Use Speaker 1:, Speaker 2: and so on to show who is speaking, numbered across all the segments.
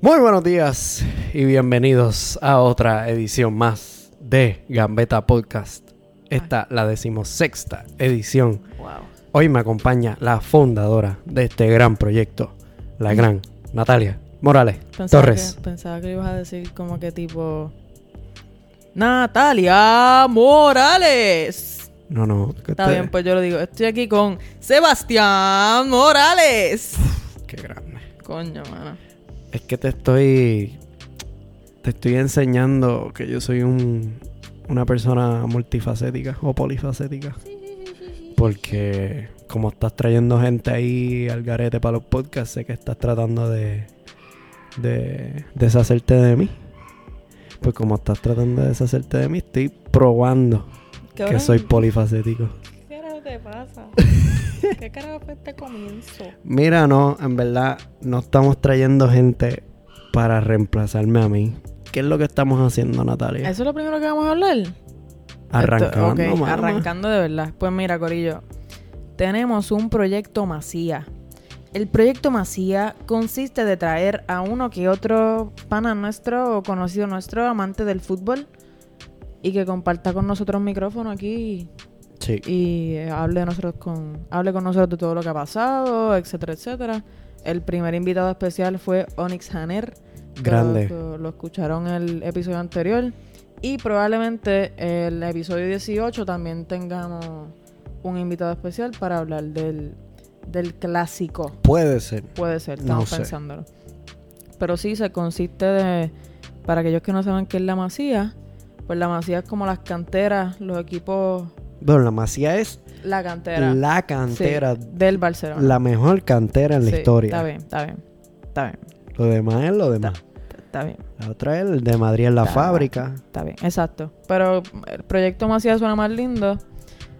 Speaker 1: Muy buenos días y bienvenidos a otra edición más de Gambeta Podcast. Esta la decimosexta edición.
Speaker 2: Wow.
Speaker 1: Hoy me acompaña la fundadora de este gran proyecto, la gran Natalia Morales
Speaker 2: Pensaba
Speaker 1: Torres.
Speaker 2: Que, pensaba que ibas a decir como que tipo. Natalia Morales.
Speaker 1: No, no. que
Speaker 2: Está
Speaker 1: te-
Speaker 2: bien, pues yo lo digo. Estoy aquí con Sebastián Morales.
Speaker 1: Qué grande.
Speaker 2: Coño, mano.
Speaker 1: Es que te estoy. Te estoy enseñando que yo soy un, una persona multifacética o polifacética. Porque como estás trayendo gente ahí al garete para los podcasts, sé que estás tratando de, de deshacerte de mí. Pues como estás tratando de deshacerte de mí, estoy probando que
Speaker 2: hora-
Speaker 1: soy polifacético.
Speaker 2: ¿Qué carajo te pasa? ¿Qué carajo fue este comienzo?
Speaker 1: Mira, no, en verdad no estamos trayendo gente para reemplazarme a mí. ¿Qué es lo que estamos haciendo, Natalia?
Speaker 2: ¿Eso es lo primero que vamos a hablar?
Speaker 1: Arrancando,
Speaker 2: Esto- ok,
Speaker 1: mama.
Speaker 2: arrancando de verdad. Pues mira, Corillo, tenemos un proyecto Masía. El proyecto Masía consiste de traer a uno que otro pana nuestro o conocido nuestro, amante del fútbol, y que comparta con nosotros un micrófono aquí
Speaker 1: Sí.
Speaker 2: y eh, hable, de nosotros con, hable con nosotros de todo lo que ha pasado, etcétera, etcétera. El primer invitado especial fue Onyx Hanner. que
Speaker 1: Grande.
Speaker 2: Lo, lo escucharon el episodio anterior. Y probablemente el episodio 18 también tengamos un invitado especial para hablar del, del clásico.
Speaker 1: Puede ser.
Speaker 2: Puede ser,
Speaker 1: No
Speaker 2: estamos
Speaker 1: sé.
Speaker 2: pensándolo. Pero sí, se consiste de. Para aquellos que no saben qué es la masía, pues la masía es como las canteras, los equipos.
Speaker 1: Bueno, la Masía es
Speaker 2: La cantera.
Speaker 1: la
Speaker 2: Sí,
Speaker 1: cantera,
Speaker 2: del Barcelona.
Speaker 1: la mejor cantera en la
Speaker 2: Sí,
Speaker 1: historia.
Speaker 2: Está bien, está bien. Está bien,
Speaker 1: Lo demás es lo demás.
Speaker 2: está bien.
Speaker 1: La otra es el de Madrid en la
Speaker 2: Está-
Speaker 1: fábrica.
Speaker 2: Está bien, exacto. Pero el proyecto Macías suena más lindo.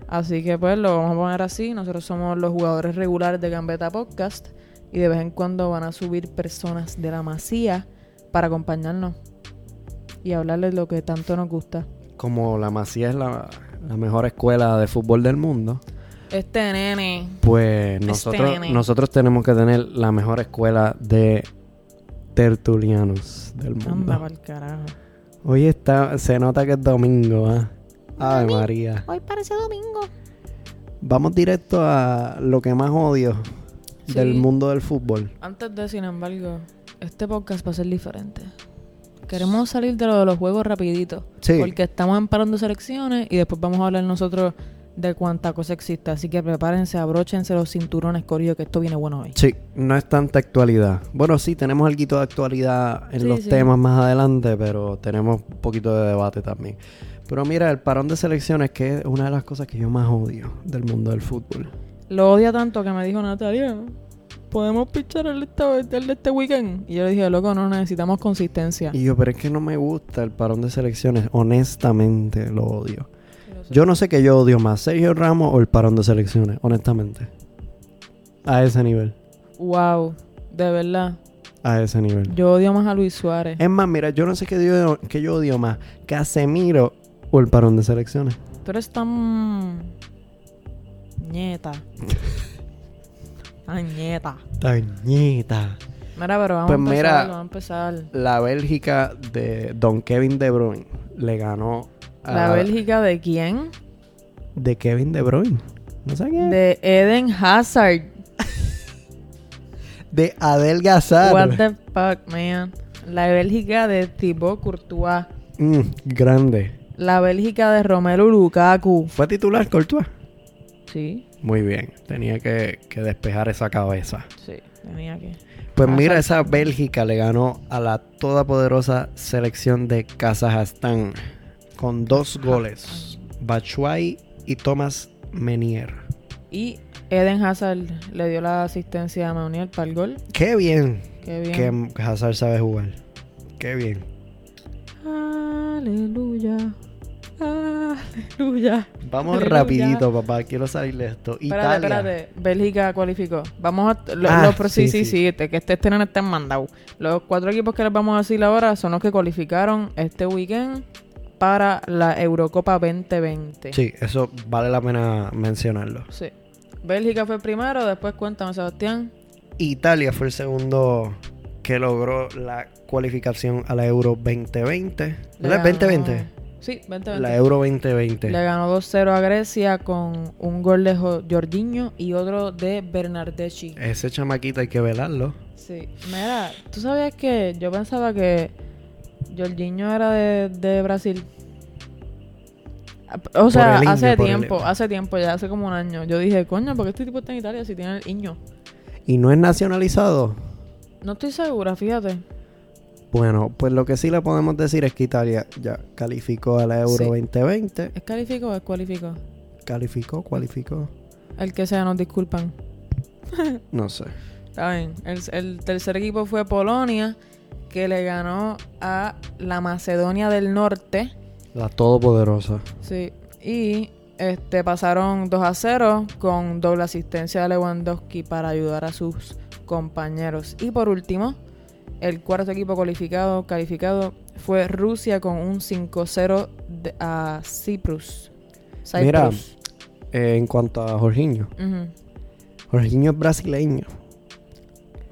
Speaker 2: Así que pues lo vamos a poner así. Nosotros somos los jugadores regulares de Gambetta Podcast. Y de vez en cuando van a subir personas de la Masía para acompañarnos. Y hablarles lo que tanto nos gusta.
Speaker 1: Como la Masía es la, la mejor escuela de fútbol del mundo,
Speaker 2: Este nene.
Speaker 1: pues nosotros,
Speaker 2: nene.
Speaker 1: nosotros tenemos que tener la mejor escuela de tertulianos del mundo.
Speaker 2: Anda pa'l carajo.
Speaker 1: Hoy está, se nota que es domingo, ¿ah? Ay, María.
Speaker 2: Hoy parece domingo.
Speaker 1: Vamos directo a lo que más odio del
Speaker 2: Sí.
Speaker 1: mundo del fútbol.
Speaker 2: Antes de, sin embargo, este podcast va a ser diferente. Queremos salir de lo de los juegos rapidito.
Speaker 1: Sí.
Speaker 2: Porque estamos amparando selecciones y después vamos a hablar nosotros de cuánta cosa existe. Así que prepárense, abróchense los cinturones, corillo, que esto viene bueno hoy.
Speaker 1: Sí, no es tanta actualidad. Bueno, sí, tenemos algo de actualidad en
Speaker 2: Sí,
Speaker 1: los
Speaker 2: sí.
Speaker 1: temas más adelante, pero tenemos un poquito de debate también. Pero mira, el parón de selecciones, que es una de las cosas que yo más odio del mundo del fútbol.
Speaker 2: Lo odia tanto que me dijo Natalia, ¿podemos pichar el este, el de este weekend? Y yo le dije, loco, no, necesitamos consistencia.
Speaker 1: Y yo, pero es que no me gusta el parón de selecciones. Honestamente, lo odio. Yo no sé qué yo odio más, Sergio Ramos o el parón de selecciones, honestamente. A ese nivel,
Speaker 2: Wow, de verdad.
Speaker 1: a ese nivel.
Speaker 2: Yo odio más a Luis Suárez.
Speaker 1: Es más, mira, yo no sé qué, yo- qué yo odio más, Casemiro o el parón de selecciones.
Speaker 2: Tú eres tan... Nieta. Tan nieta.
Speaker 1: Tañita.
Speaker 2: Mira, pero vamos
Speaker 1: Pues
Speaker 2: a empezar,
Speaker 1: mira,
Speaker 2: vamos a empezar.
Speaker 1: La Bélgica de Don Kevin De Bruyne le ganó a
Speaker 2: ¿La Bélgica de quién?
Speaker 1: de Kevin De Bruyne. No sé quién. De,
Speaker 2: De Eden Hazard.
Speaker 1: Adel Gazar.
Speaker 2: What the fuck, man. La Bélgica de Thibaut Courtois.
Speaker 1: Mm, grande.
Speaker 2: La Bélgica de Romelu Lukaku.
Speaker 1: ¿Fue titular Courtois?
Speaker 2: Sí,
Speaker 1: Muy bien. Tenía que, que despejar esa cabeza.
Speaker 2: sí, tenía que.
Speaker 1: Pues
Speaker 2: Ajá.
Speaker 1: mira, esa Bélgica le ganó a la todopoderosa selección de Kazajstán con dos goles. Bachuay y Thomas Menier.
Speaker 2: Y Eden Hazard le dio la asistencia a Mauniel para el gol.
Speaker 1: ¡Qué bien!
Speaker 2: Qué bien.
Speaker 1: Que Hazard sabe jugar. ¡Qué bien!
Speaker 2: Aleluya. Aleluya.
Speaker 1: Vamos
Speaker 2: Aleluya.
Speaker 1: rapidito, papá. Quiero salir de esto.
Speaker 2: Espérate,
Speaker 1: Italia.
Speaker 2: espérate. Bélgica cualificó. Vamos a. lo-
Speaker 1: Ah,
Speaker 2: los pro- sí,
Speaker 1: sí,
Speaker 2: sí,
Speaker 1: sí.
Speaker 2: sí, este- que este, este nene está en mandado. Los cuatro equipos que les vamos a decir ahora son los que cualificaron este weekend para la Eurocopa 2020.
Speaker 1: Sí, eso vale la pena mencionarlo.
Speaker 2: Sí. Bélgica fue primero, después cuéntame, Sebastián.
Speaker 1: Italia fue el segundo que logró la cualificación a la Euro 2020.
Speaker 2: Le
Speaker 1: ¿La
Speaker 2: ganó-
Speaker 1: 2020?
Speaker 2: Sí, 2020.
Speaker 1: La Euro 2020.
Speaker 2: Le ganó 2-0 a Grecia con un gol de Jo- Jorginho y otro de Bernardeschi.
Speaker 1: Ese chamaquito hay que velarlo.
Speaker 2: Sí. Mira, tú sabías que yo pensaba que Jorginho era de, de Brasil. Ah, O sea,
Speaker 1: el Indio,
Speaker 2: hace
Speaker 1: por el-
Speaker 2: tiempo, hace tiempo, ya hace como un año. Yo dije, coño, ¿por qué este tipo está en Italia si tiene el Iño?
Speaker 1: ¿Y no es nacionalizado?
Speaker 2: No estoy segura, fíjate.
Speaker 1: Bueno, pues lo que sí le podemos decir es que Italia ya calificó a la Euro
Speaker 2: Sí.
Speaker 1: 2020.
Speaker 2: ¿Es califico o es cualifico?
Speaker 1: Calificó, cualificó.
Speaker 2: El que sea, nos disculpan.
Speaker 1: No sé.
Speaker 2: Está bien. El, el tercer equipo fue Polonia, que le ganó a la Macedonia del Norte.
Speaker 1: La todopoderosa.
Speaker 2: Sí. Y este pasaron 2 a 0 con doble asistencia de Lewandowski para ayudar a sus compañeros. Y por último, el cuarto equipo calificado, calificado fue Rusia con un 5-0 de- a Cyprus.
Speaker 1: Mira.
Speaker 2: Cyprus.
Speaker 1: Eh, en cuanto a Jorginho.
Speaker 2: Ujú.
Speaker 1: Jorginho es brasileño.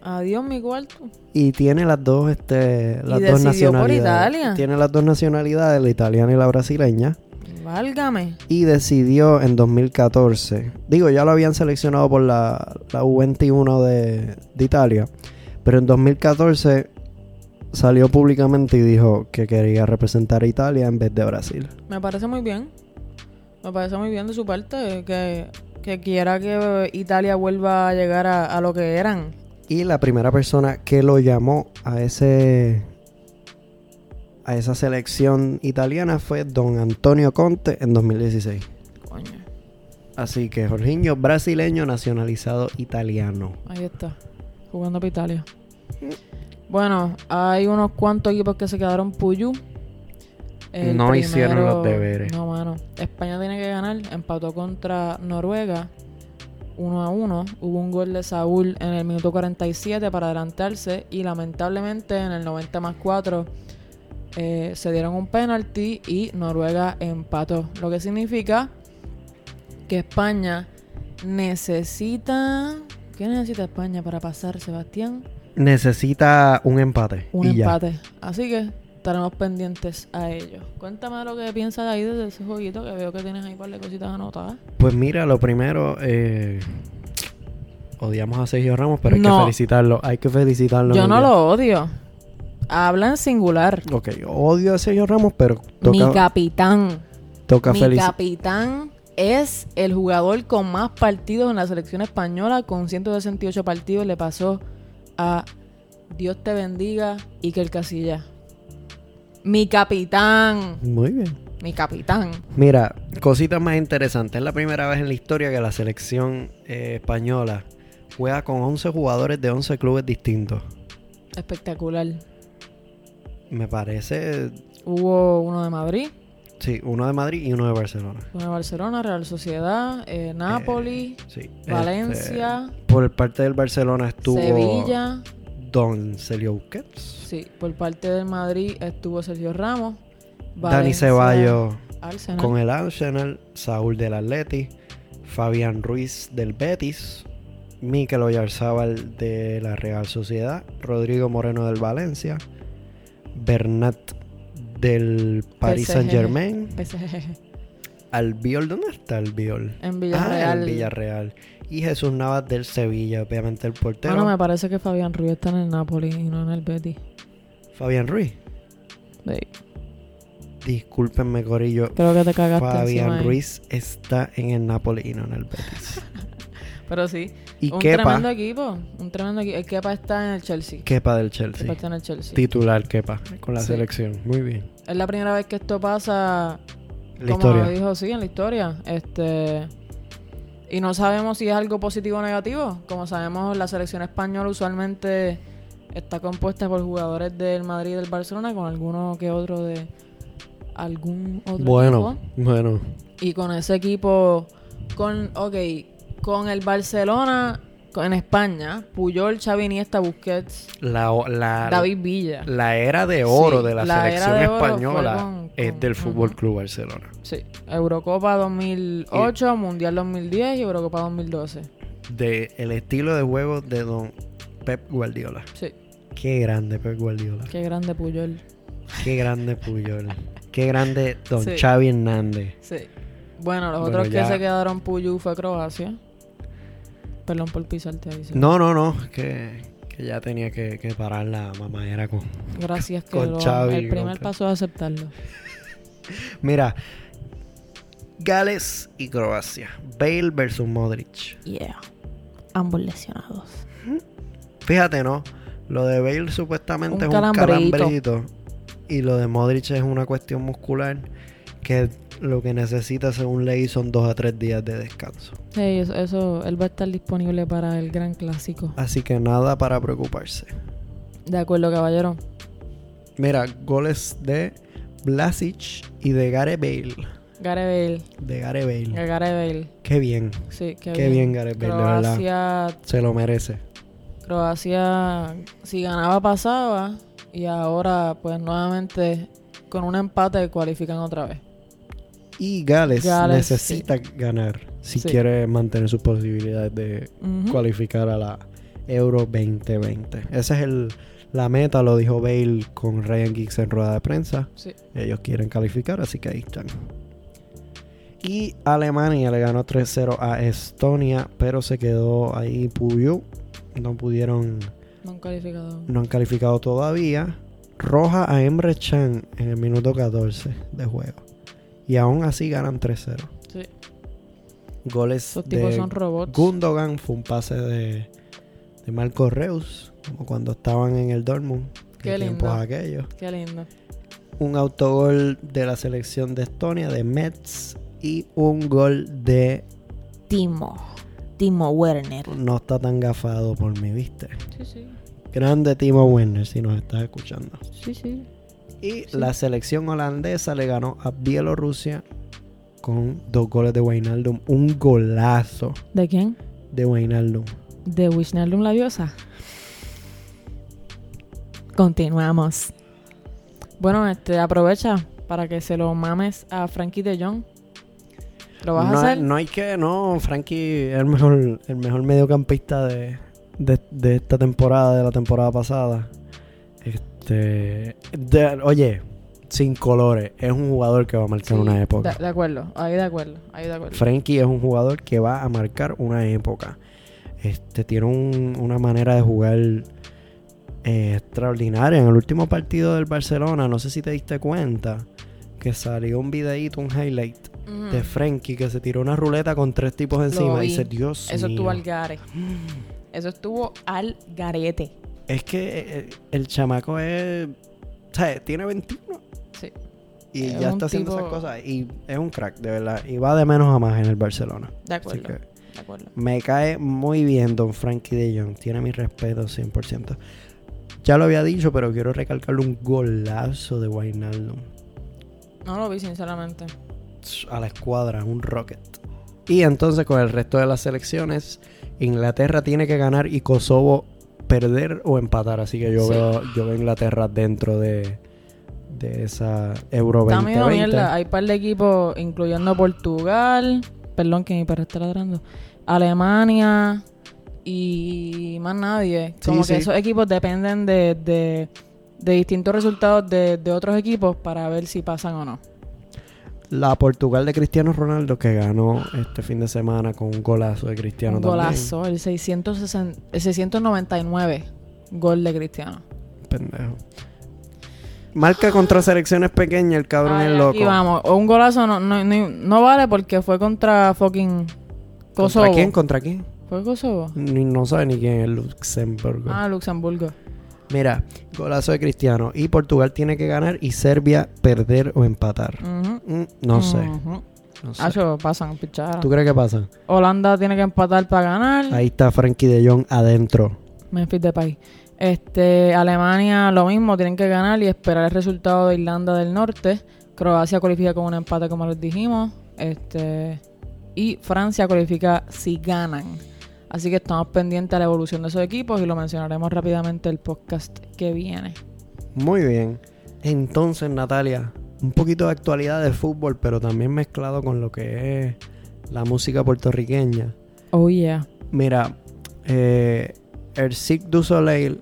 Speaker 2: Adiós, mi cuarto.
Speaker 1: Y tiene las dos, este, las
Speaker 2: Y
Speaker 1: dos
Speaker 2: decidió por
Speaker 1: nacionalidades.
Speaker 2: Italia.
Speaker 1: Tiene las dos nacionalidades, la italiana y la brasileña.
Speaker 2: Válgame.
Speaker 1: Y decidió en 2014. Digo, ya lo habían seleccionado por la, la U21 de, de Italia. Pero en 2014 salió públicamente y dijo que quería representar a Italia en vez de Brasil.
Speaker 2: Me parece muy bien. Me parece muy bien de su parte eh, que, que quiera que Italia vuelva a llegar a, a lo que eran.
Speaker 1: Y la primera persona que lo llamó a ese a esa selección italiana fue Don Antonio Conte en 2016.
Speaker 2: Coño,
Speaker 1: Así que Jorginho brasileño nacionalizado italiano.
Speaker 2: ahí está, jugando para Italia. Bueno, hay unos cuantos equipos que se quedaron puyú. El
Speaker 1: No hicieron los deberes.
Speaker 2: No, mano. España tiene que ganar. Empató contra Noruega 1 a 1. Hubo un gol de Saúl en el minuto 47 para adelantarse. Y lamentablemente en el 90 más 4 eh, se dieron un penalti y Noruega empató. Lo que significa que España necesita. ¿Qué necesita España para pasar, Sebastián?
Speaker 1: Necesita un empate.
Speaker 2: Un
Speaker 1: y ya.
Speaker 2: empate. Así que estaremos pendientes a ello. Cuéntame lo que piensas ahí de ese jueguito que veo que tienes ahí un par de cositas anotadas.
Speaker 1: Pues mira, lo primero, eh, odiamos a Sergio Ramos, pero hay
Speaker 2: No.
Speaker 1: que felicitarlo. Hay que felicitarlo.
Speaker 2: Yo
Speaker 1: mi
Speaker 2: no
Speaker 1: vida.
Speaker 2: lo odio. Habla en singular.
Speaker 1: Ok, odio a Sergio Ramos, pero
Speaker 2: Mi
Speaker 1: toca,
Speaker 2: capitán.
Speaker 1: toca
Speaker 2: Mi
Speaker 1: felicitar.
Speaker 2: capitán es el jugador con más partidos en la selección española, con 168 partidos. Le pasó a Dios te bendiga y que el Casilla. Mi capitán.
Speaker 1: Muy bien.
Speaker 2: Mi capitán.
Speaker 1: Mira, cositas más interesantes. Es la primera vez en la historia que la selección eh, española juega con 11 jugadores de 11 clubes distintos.
Speaker 2: Espectacular.
Speaker 1: Me parece,
Speaker 2: Hubo uno de Madrid,
Speaker 1: sí, uno de Madrid y uno de Barcelona.
Speaker 2: uno de Barcelona, Real Sociedad, eh, Napoli,
Speaker 1: Sí.
Speaker 2: Valencia,
Speaker 1: Este, por parte del Barcelona estuvo
Speaker 2: Sevilla.
Speaker 1: Don Celio Busquets,
Speaker 2: Sí, por parte del Madrid estuvo Sergio Ramos.
Speaker 1: Dani
Speaker 2: Valencia,
Speaker 1: Ceballos
Speaker 2: Arsenal.
Speaker 1: con el Arsenal, Saúl del Atleti, Fabián Ruiz del Betis, Mikel Oyarzábal de la Real Sociedad, Rodrigo Moreno del Valencia, Bernat del Paris Ah,
Speaker 2: PSG.
Speaker 1: Saint Germain,
Speaker 2: PSG.
Speaker 1: Albiol, ¿dónde está Albiol?
Speaker 2: En
Speaker 1: Ah,
Speaker 2: Villarreal.
Speaker 1: el Villarreal. Y Jesús Navas del Sevilla, obviamente el portero.
Speaker 2: Bueno, me parece que Fabián Ruiz está en el Napoli y no en el Betis.
Speaker 1: Fabián Ruiz,
Speaker 2: Sí,
Speaker 1: discúlpenme Corillo.
Speaker 2: creo que te cagaste encima eh.
Speaker 1: Fabián
Speaker 2: ahí.
Speaker 1: Ruiz está en el Napoli y no en el Betis.
Speaker 2: Pero sí,
Speaker 1: Y
Speaker 2: un
Speaker 1: Kepa,
Speaker 2: tremendo equipo. Un tremendo equipo. El Kepa está en el Chelsea.
Speaker 1: Kepa del
Speaker 2: Kepa
Speaker 1: Chelsea.
Speaker 2: está en el Chelsea.
Speaker 1: Titular Kepa con la
Speaker 2: Sí.
Speaker 1: selección. Muy bien.
Speaker 2: Es la primera vez que esto pasa
Speaker 1: La
Speaker 2: como
Speaker 1: historia.
Speaker 2: dijo, sí, en la historia. Este. Y no sabemos si es algo positivo o negativo. Como sabemos, la selección española usualmente está compuesta por jugadores del Madrid y del Barcelona, con alguno que otro de algún otro
Speaker 1: Bueno,
Speaker 2: equipo.
Speaker 1: bueno.
Speaker 2: Y con ese equipo, con, ok, con el Barcelona con- en España, Puyol, Xavi Iniesta, Busquets,
Speaker 1: La, o- la,
Speaker 2: David Villa.
Speaker 1: la era de oro
Speaker 2: Sí,
Speaker 1: de la,
Speaker 2: la era
Speaker 1: selección
Speaker 2: de oro fue
Speaker 1: española
Speaker 2: con-
Speaker 1: es
Speaker 2: con-
Speaker 1: del
Speaker 2: ujú.
Speaker 1: Fútbol Club Barcelona.
Speaker 2: Sí, Eurocopa 2008, Mundial 2010 y Eurocopa 2012.
Speaker 1: De el estilo de juego de Don Pep Guardiola.
Speaker 2: Sí.
Speaker 1: Qué grande Pep Guardiola.
Speaker 2: Qué grande Puyol.
Speaker 1: Qué grande Puyol. Qué grande Don
Speaker 2: Sí.
Speaker 1: Xavi Hernández.
Speaker 2: Sí. Bueno, los
Speaker 1: Bueno,
Speaker 2: otros
Speaker 1: ya-
Speaker 2: que se quedaron Puyu fue Croacia. Perdón por pisarte ahí. sí.
Speaker 1: No, no, no. Que, que ya tenía que, que parar la mamadera con.
Speaker 2: Gracias que
Speaker 1: Con
Speaker 2: lo-
Speaker 1: Xavi,
Speaker 2: el primer
Speaker 1: con-
Speaker 2: paso es aceptarlo.
Speaker 1: Mira. Gales y Croacia. Bale versus Modric.
Speaker 2: Yeah. Ambos lesionados.
Speaker 1: Fíjate, ¿no? Lo de Bale supuestamente
Speaker 2: Un
Speaker 1: es un
Speaker 2: calambrito.
Speaker 1: calambrito. Y lo de Modric es una cuestión muscular que lo que necesita, según leí, son dos a tres días de descanso.
Speaker 2: Sí, eso, eso- él va a estar disponible para el gran clásico.
Speaker 1: Así que nada para preocuparse.
Speaker 2: De acuerdo, caballero.
Speaker 1: Mira, goles de Blasic y de Gareth Bale.
Speaker 2: Gareth
Speaker 1: De Gareth Bale.
Speaker 2: Bale. Gareth Bale.
Speaker 1: Qué bien.
Speaker 2: Sí, qué,
Speaker 1: Mm. Qué bien, Gareth Bale, de verdad.
Speaker 2: Croacia,
Speaker 1: Se lo merece.
Speaker 2: Croacia, si ganaba pasaba y ahora pues nuevamente con un empate cualifican otra vez.
Speaker 1: Y Gales,
Speaker 2: Gales,
Speaker 1: necesita ganar si
Speaker 2: Sí.
Speaker 1: quiere mantener sus posibilidades de
Speaker 2: Ujú.
Speaker 1: cualificar a la Euro 2020. Esa es el, la meta, lo dijo Bale con Ryan Giggs en rueda de prensa.
Speaker 2: Sí.
Speaker 1: Ellos quieren calificar, así que ahí están. Y Alemania le ganó 3-0 a Estonia, pero se quedó ahí Puyo. No pudieron,
Speaker 2: No han calificado.
Speaker 1: no han calificado todavía. Roja a Emre Chan en el minuto 14 de juego. Y aún así ganan 3-0.
Speaker 2: Sí.
Speaker 1: Goles
Speaker 2: Esos tipos
Speaker 1: de
Speaker 2: son robots.
Speaker 1: Gundogan fue un pase de, de Marco Reus, como cuando estaban en el Dortmund.
Speaker 2: Qué
Speaker 1: en tiempos
Speaker 2: lindo.
Speaker 1: aquellos.
Speaker 2: Qué lindo.
Speaker 1: Un autogol de la selección de Estonia, de Metz. Y un gol de
Speaker 2: Timo. Timo Werner.
Speaker 1: No está tan gafado por mi viste.
Speaker 2: Sí, sí.
Speaker 1: Grande Timo Werner, si nos estás escuchando.
Speaker 2: Sí, sí.
Speaker 1: Y la selección holandesa le ganó a Bielorrusia con dos goles de Wijnaldum. Un golazo
Speaker 2: ¿De quién?
Speaker 1: de Wijnaldum.
Speaker 2: De Wisnaldum la diosa. Continuamos. Bueno, este, aprovecha para que se lo mames a Frankie de Jong. ¿Lo vas
Speaker 1: no,
Speaker 2: a hacer?
Speaker 1: no hay que, no, Frankie es el mejor, el mejor mediocampista de, de- de esta temporada, de la temporada pasada. Este, de- oye, sin colores, es un jugador que va a marcar
Speaker 2: Sí,
Speaker 1: una época.
Speaker 2: De, de acuerdo, ahí de acuerdo, ahí de acuerdo.
Speaker 1: Frankie es un jugador que va a marcar una época. Este, tiene un- una manera de jugar eh, extraordinaria. En el último partido del Barcelona, no sé si te diste cuenta, que salió un videíto, un highlight
Speaker 2: Ujú.
Speaker 1: de Frankie que se tiró una ruleta con tres tipos encima
Speaker 2: Mm. vi.
Speaker 1: y dice Dios
Speaker 2: Eso
Speaker 1: mío".
Speaker 2: estuvo al gare. Eso estuvo al garete.
Speaker 1: es que eh, el chamaco es o sea, tiene 21
Speaker 2: Sí.
Speaker 1: y
Speaker 2: Es
Speaker 1: ya
Speaker 2: un
Speaker 1: está haciendo
Speaker 2: tipo-
Speaker 1: esas cosas y es un crack de verdad y va de menos a más en el Barcelona
Speaker 2: De
Speaker 1: así
Speaker 2: acuerdo,
Speaker 1: que
Speaker 2: de acuerdo.
Speaker 1: me cae muy bien don Frankie de Jong tiene mi respeto 100% ya lo había dicho pero quiero recalcarle un golazo de Wijnaldum
Speaker 2: No lo vi, sinceramente.
Speaker 1: a la escuadra, un rocket. Y entonces con el resto de las selecciones, Inglaterra tiene que ganar y Kosovo perder o empatar. Así que yo
Speaker 2: Sí.
Speaker 1: veo yo veo a Inglaterra dentro de, de esa Euro
Speaker 2: Está medio
Speaker 1: 2020.
Speaker 2: mierda. Hay par de equipos, incluyendo Portugal. Perdón que mi perro está ladrando. Alemania. Y más nadie.
Speaker 1: Sí,
Speaker 2: Como
Speaker 1: sí.
Speaker 2: que esos equipos dependen de, de, de distintos resultados de, de otros equipos para ver si pasan o no.
Speaker 1: La Portugal de Cristiano Ronaldo que ganó este fin de semana con un golazo de Cristiano
Speaker 2: Un
Speaker 1: también.
Speaker 2: golazo, el, 660, el 699 gol de Cristiano.
Speaker 1: Pendejo. Marca contra selecciones pequeñas, el cabrón
Speaker 2: Ah. Ay,
Speaker 1: es loco.
Speaker 2: Aquí vamos. O un golazo no, no, no, no vale porque fue contra fucking Kosovo.
Speaker 1: ¿Contra quién? ¿Contra quién?
Speaker 2: ¿Fue Kosovo?
Speaker 1: Ni- no sabe ni quién es Luxemburgo.
Speaker 2: Ah, Luxemburgo.
Speaker 1: Mira, golazo de Cristiano. Y Portugal tiene que ganar y Serbia perder o empatar.
Speaker 2: Ujú.
Speaker 1: Mm, no sé.
Speaker 2: Ujú.
Speaker 1: no sé.
Speaker 2: Hacho, pasan, pichara.
Speaker 1: ¿Tú crees que pasa?
Speaker 2: Holanda tiene que empatar para ganar.
Speaker 1: Ahí está Frankie de Jong adentro.
Speaker 2: Memphis Depay. Este, Alemania lo mismo, tienen que ganar y esperar el resultado de Irlanda del Norte. Croacia cualifica con un empate como les dijimos. Este, y Francia cualifica si ganan. Así que estamos pendientes a la evolución de esos equipos y lo mencionaremos rápidamente el podcast que viene.
Speaker 1: Muy bien. Entonces, Natalia, un poquito de actualidad de fútbol, pero también mezclado con lo que es la música puertorriqueña.
Speaker 2: Oh yeah.
Speaker 1: Mira, eh, el Cirque du Soleil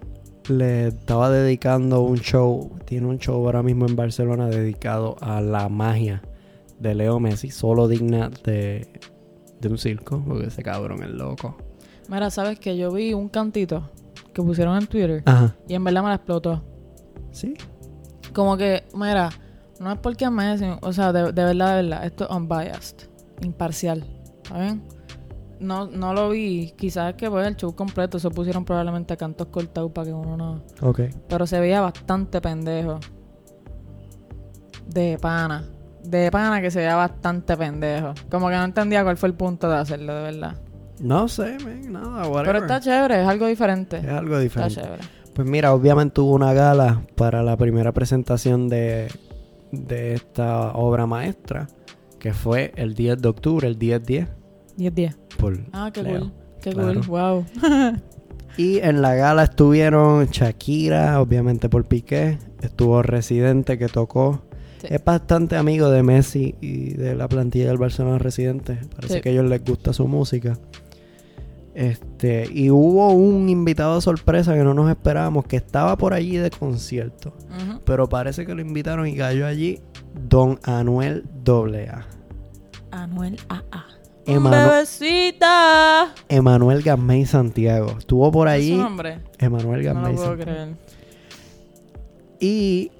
Speaker 1: le estaba dedicando un show, tiene un show ahora mismo en Barcelona dedicado a la magia de Leo Messi, solo digna de, de un circo, porque ese cabrón es loco.
Speaker 2: Mira, sabes que yo vi un cantito que pusieron en Twitter
Speaker 1: Ajá.
Speaker 2: y en verdad me la explotó.
Speaker 1: Sí.
Speaker 2: Como que, mira, no es porque me dicen, o sea, de, de verdad, de verdad, esto es unbiased, imparcial, ¿está bien? No, no lo vi, quizás que pues el show completo, se pusieron probablemente cantos cortados para que uno no...
Speaker 1: Ok.
Speaker 2: Pero se veía bastante pendejo. De pana. De pana que se veía bastante pendejo. Como que no entendía cuál fue el punto de hacerlo, de verdad.
Speaker 1: No sé, man, nada,
Speaker 2: Pero
Speaker 1: whatever.
Speaker 2: está chévere, es algo diferente.
Speaker 1: es algo
Speaker 2: Está
Speaker 1: diferente.
Speaker 2: chévere.
Speaker 1: Pues mira, obviamente hubo una gala para la primera presentación de, de esta obra maestra, que fue el 10 de octubre, el 10-10,
Speaker 2: 10-10.
Speaker 1: por
Speaker 2: Ah, qué
Speaker 1: Leo.
Speaker 2: cool. Qué
Speaker 1: Claro.
Speaker 2: cool, wow.
Speaker 1: Y en la gala estuvieron Shakira, obviamente por Piqué, estuvo Residente que tocó.
Speaker 2: Sí.
Speaker 1: Es bastante amigo de Messi y de la plantilla del Barcelona Residente. Parece
Speaker 2: Sí.
Speaker 1: que a ellos les gusta su música. Este, y hubo un invitado sorpresa que no nos esperábamos, que estaba por allí de concierto.
Speaker 2: Ujú.
Speaker 1: Pero parece que lo invitaron y cayó allí Don Anuel AA.
Speaker 2: Anuel AA.
Speaker 1: Emanu-
Speaker 2: Bebecita.
Speaker 1: Emanuel Gamay Santiago. Estuvo por
Speaker 2: ¿Es su
Speaker 1: allí
Speaker 2: nombre?
Speaker 1: Emanuel
Speaker 2: No
Speaker 1: Gamay
Speaker 2: lo puedo
Speaker 1: Santiago.
Speaker 2: creer.
Speaker 1: Y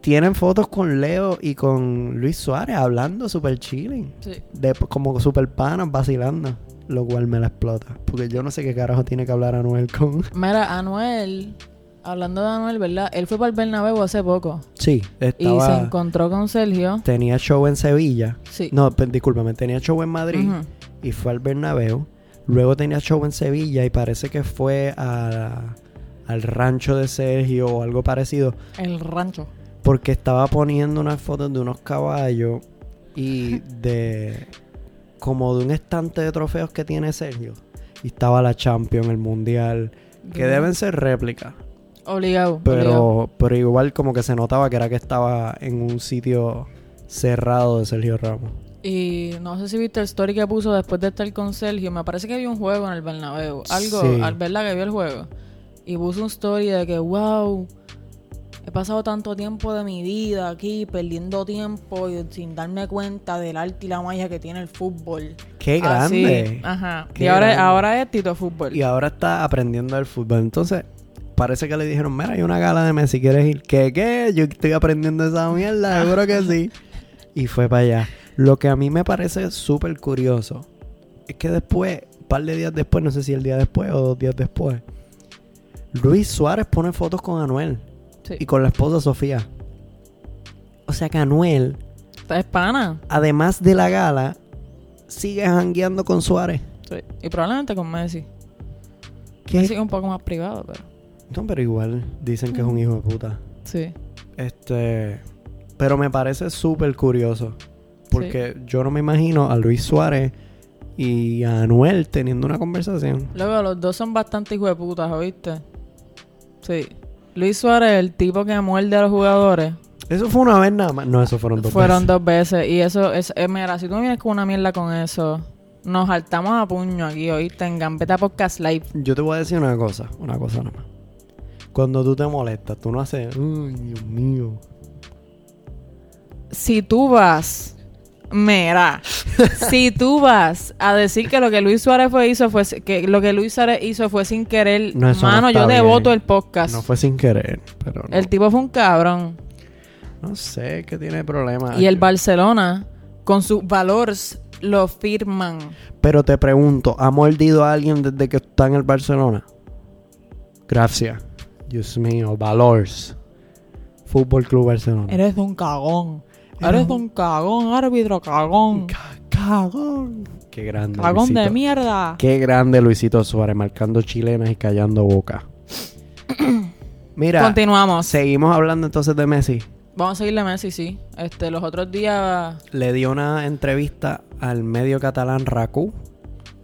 Speaker 1: tienen fotos con Leo y con Luis Suárez hablando super chilling.
Speaker 2: Sí.
Speaker 1: De, como super panas vacilando. Lo cual me la explota. Porque yo no sé qué carajo tiene que hablar Anuel con.
Speaker 2: Mira, Anuel, hablando de Anuel, ¿verdad? Él fue para el Bernabéu hace poco.
Speaker 1: Sí,
Speaker 2: Y se
Speaker 1: estaba.
Speaker 2: encontró con Sergio.
Speaker 1: Tenía show en Sevilla.
Speaker 2: Sí.
Speaker 1: No, pe- discúlpame, tenía show en Madrid
Speaker 2: Ujú.
Speaker 1: y fue al Bernabéu. Luego tenía show en Sevilla y parece que fue a- al rancho de Sergio o algo parecido.
Speaker 2: El rancho.
Speaker 1: Porque estaba poniendo unas fotos de unos caballos y de. como de un estante de trofeos que tiene Sergio. Y estaba la Champions, el Mundial, que deben ser réplicas.
Speaker 2: Obligado. obligado.
Speaker 1: Pero, pero igual como que se notaba que era que estaba en un sitio cerrado de Sergio Ramos.
Speaker 2: Y no sé si viste el story que puso después de estar con Sergio. Me parece que vio un juego en el Bernabéu. Algo,
Speaker 1: Sí.
Speaker 2: al verla que vio el juego. Y puso un story de que, wow, he pasado tanto tiempo de mi vida aquí, perdiendo tiempo y sin darme cuenta del arte y la magia que tiene el fútbol.
Speaker 1: ¡Qué
Speaker 2: Así,
Speaker 1: grande!
Speaker 2: Ah, Ajá.
Speaker 1: Qué
Speaker 2: y ahora,
Speaker 1: grande.
Speaker 2: ahora es Tito Fútbol.
Speaker 1: Y ahora está aprendiendo el fútbol. Entonces, parece que le dijeron, mira, hay una gala de Messi, ¿quieres ir? ¿Qué, qué? Yo estoy aprendiendo esa mierda, seguro que sí. Y fue para allá. Lo que a mí me parece súper curioso es que después, un par de días después, no sé si el día después o dos días después, Luis Suárez pone fotos con Anuel
Speaker 2: Sí.
Speaker 1: y con la esposa Sofía. O sea que Anuel,
Speaker 2: Es pana.
Speaker 1: además de la gala, sigue jangueando con Suárez.
Speaker 2: Sí. Y probablemente con Messi.
Speaker 1: ¿Qué?
Speaker 2: Messi es un poco más privado, pero.
Speaker 1: No, pero igual dicen que es un hijo de puta.
Speaker 2: Sí.
Speaker 1: Este. Pero me parece súper curioso. Porque yo no me imagino a Luis Suárez y a Anuel teniendo una conversación.
Speaker 2: Luego, los dos son bastante hijueputas, ¿oíste? Sí. Luis Suárez, el tipo que muerde a los jugadores,
Speaker 1: Eso fue una vez nada más. No, eso fueron dos
Speaker 2: fueron
Speaker 1: veces.
Speaker 2: dos veces. Y eso es. eh, mira, si tú me vienes con una mierda con eso, nos saltamos a puño aquí, ¿oíste? En Gambeta Podcast Live.
Speaker 1: Yo te voy a decir una cosa. Una cosa nada más. Cuando tú te molestas, tú no haces. Uy, Dios mío.
Speaker 2: Si tú vas. Mira, si tú vas a decir que lo que Luis Suárez fue, hizo fue que lo que Luis Suárez hizo fue sin querer,
Speaker 1: No, eso no
Speaker 2: mano,
Speaker 1: está
Speaker 2: yo te
Speaker 1: bien.
Speaker 2: voto el podcast.
Speaker 1: No fue sin querer, pero no,
Speaker 2: El tipo fue un cabrón.
Speaker 1: no sé qué tiene problema.
Speaker 2: Y el
Speaker 1: Yo-
Speaker 2: Barcelona, con sus valores, lo firman.
Speaker 1: Pero te pregunto, ¿ha mordido a alguien desde que está en el Barcelona? Gracias. Dios mío, Valors. Fútbol Club Barcelona.
Speaker 2: Eres un cagón.
Speaker 1: Eres
Speaker 2: Eres un cagón, árbitro cagón.
Speaker 1: Ca- Cagón. Qué grande.
Speaker 2: Cagón de
Speaker 1: Luisito.
Speaker 2: mierda.
Speaker 1: Qué grande Luisito Suárez, marcando chilenas y callando boca. Mira,
Speaker 2: Continuamos.
Speaker 1: seguimos hablando entonces de Messi.
Speaker 2: Vamos a seguirle a Messi, sí. Este, los otros días.
Speaker 1: Le dio una entrevista al medio catalán Raku.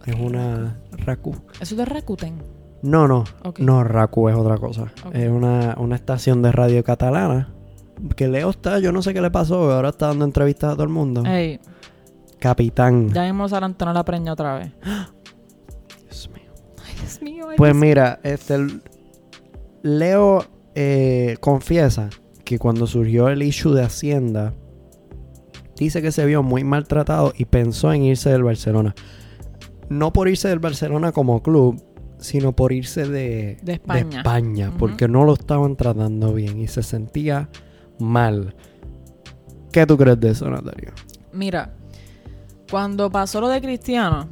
Speaker 1: Es una Raku.
Speaker 2: Eso es de Rakuten.
Speaker 1: No, no.
Speaker 2: Ok.
Speaker 1: No, Raku es otra cosa.
Speaker 2: Ok.
Speaker 1: Es una, una estación de radio catalana. Que Leo está, yo no sé qué le pasó, ahora está dando entrevistas a todo el mundo.
Speaker 2: Ey,
Speaker 1: Capitán.
Speaker 2: ya mismo Sara Antonella preña otra vez.
Speaker 1: Dios mío.
Speaker 2: Ay, Dios mío. ay,
Speaker 1: Pues
Speaker 2: Dios-
Speaker 1: mira, este l- Leo eh, confiesa que cuando surgió el issue de Hacienda, dice que se vio muy maltratado y pensó en irse del Barcelona. No por irse del Barcelona como club, sino por irse de,
Speaker 2: De España.
Speaker 1: España,
Speaker 2: Ujú.
Speaker 1: porque no lo estaban tratando bien y se sentía mal. ¿Qué tú crees de eso, Natalia?
Speaker 2: Mira, cuando pasó lo de Cristiano,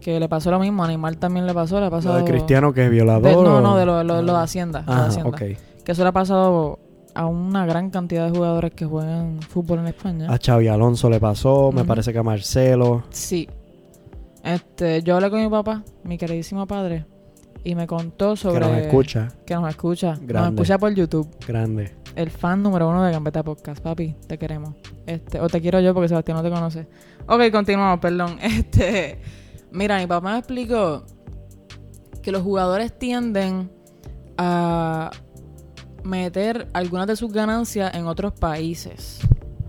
Speaker 2: que le pasó lo mismo, a Neymar también le pasó, le
Speaker 1: ¿Lo
Speaker 2: ha pasado...
Speaker 1: de Cristiano que es violador?
Speaker 2: de- no,
Speaker 1: o- Ah.
Speaker 2: no, de lo, lo- lo de Hacienda. lo de
Speaker 1: Ajá,
Speaker 2: Hacienda.
Speaker 1: ok.
Speaker 2: Que eso le ha pasado a una gran cantidad de jugadores que juegan fútbol en España.
Speaker 1: A Xavi Alonso le pasó, me
Speaker 2: Ujú.
Speaker 1: parece que a Marcelo.
Speaker 2: Sí. Este, yo hablé con mi papá, mi queridísimo padre, y me contó sobre...
Speaker 1: Que nos escucha.
Speaker 2: Que nos escucha. Nos
Speaker 1: Grande.
Speaker 2: escucha por YouTube.
Speaker 1: Grande.
Speaker 2: El fan número uno de Gambetta Podcast. Papi, te queremos. Este, o te quiero yo porque Sebastián no te conoce. Ok, continuamos, perdón. Este, mira, mi papá me explicó que los jugadores tienden a meter algunas de sus ganancias en otros países.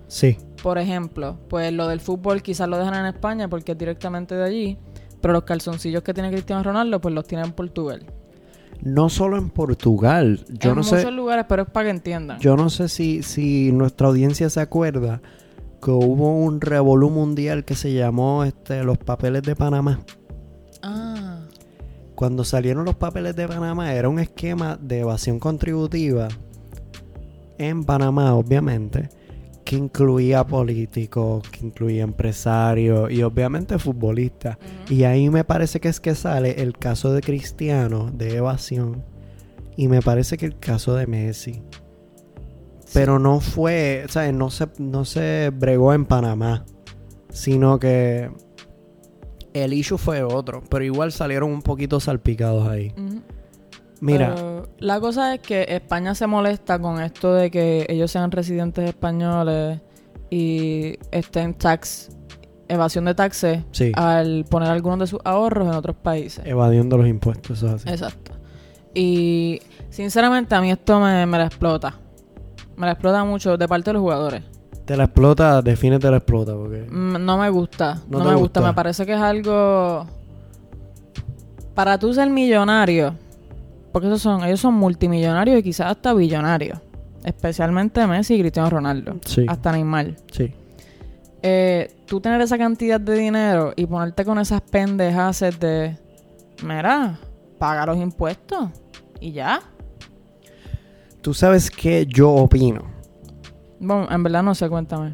Speaker 1: Sí.
Speaker 2: Por ejemplo, pues lo del fútbol quizás lo dejan en España porque es directamente de allí, pero los calzoncillos que tiene Cristiano Ronaldo pues los tiene en Portugal.
Speaker 1: No solo en Portugal. Yo
Speaker 2: en
Speaker 1: no
Speaker 2: muchos
Speaker 1: sé.
Speaker 2: lugares, pero es para que entiendan.
Speaker 1: Yo no sé si, si nuestra audiencia se acuerda que hubo un revolú mundial que se llamó este, los papeles de Panamá.
Speaker 2: Ah,
Speaker 1: Cuando salieron los papeles de Panamá era un esquema de evasión contributiva en Panamá, obviamente, que incluía políticos, que incluía empresarios y obviamente futbolistas. Y ahí me parece que es que sale el caso de Cristiano de evasión y me parece que el caso de Messi. Pero no fue, ¿sabes? No se, no se bregó en Panamá, sino que el issue fue otro, pero igual salieron un poquito salpicados ahí.
Speaker 2: ujú.
Speaker 1: Mira,
Speaker 2: Pero la cosa es que España se molesta con esto de que ellos sean residentes españoles y estén tax, evasión de taxes
Speaker 1: sí,
Speaker 2: al poner algunos de sus ahorros en otros países.
Speaker 1: evadiendo los impuestos, eso es así.
Speaker 2: Exacto. Y sinceramente a mí esto me, me la explota. Me la explota mucho de parte de los jugadores.
Speaker 1: Te la explota, define te la explota, porque...
Speaker 2: Mm, No me gusta.
Speaker 1: ¿No
Speaker 2: No,
Speaker 1: te
Speaker 2: me gusta.
Speaker 1: gusta?
Speaker 2: Me parece que es algo... Para tú ser millonario. Porque esos son, ellos son multimillonarios y quizás hasta billonarios. Especialmente Messi y Cristiano Ronaldo.
Speaker 1: Sí,
Speaker 2: Hasta Neymar.
Speaker 1: sí.
Speaker 2: eh, tú tener esa cantidad de dinero y ponerte con esas pendejas de, mira, paga los impuestos y ya.
Speaker 1: Tú sabes que yo opino.
Speaker 2: Bueno, en verdad no sé, cuéntame.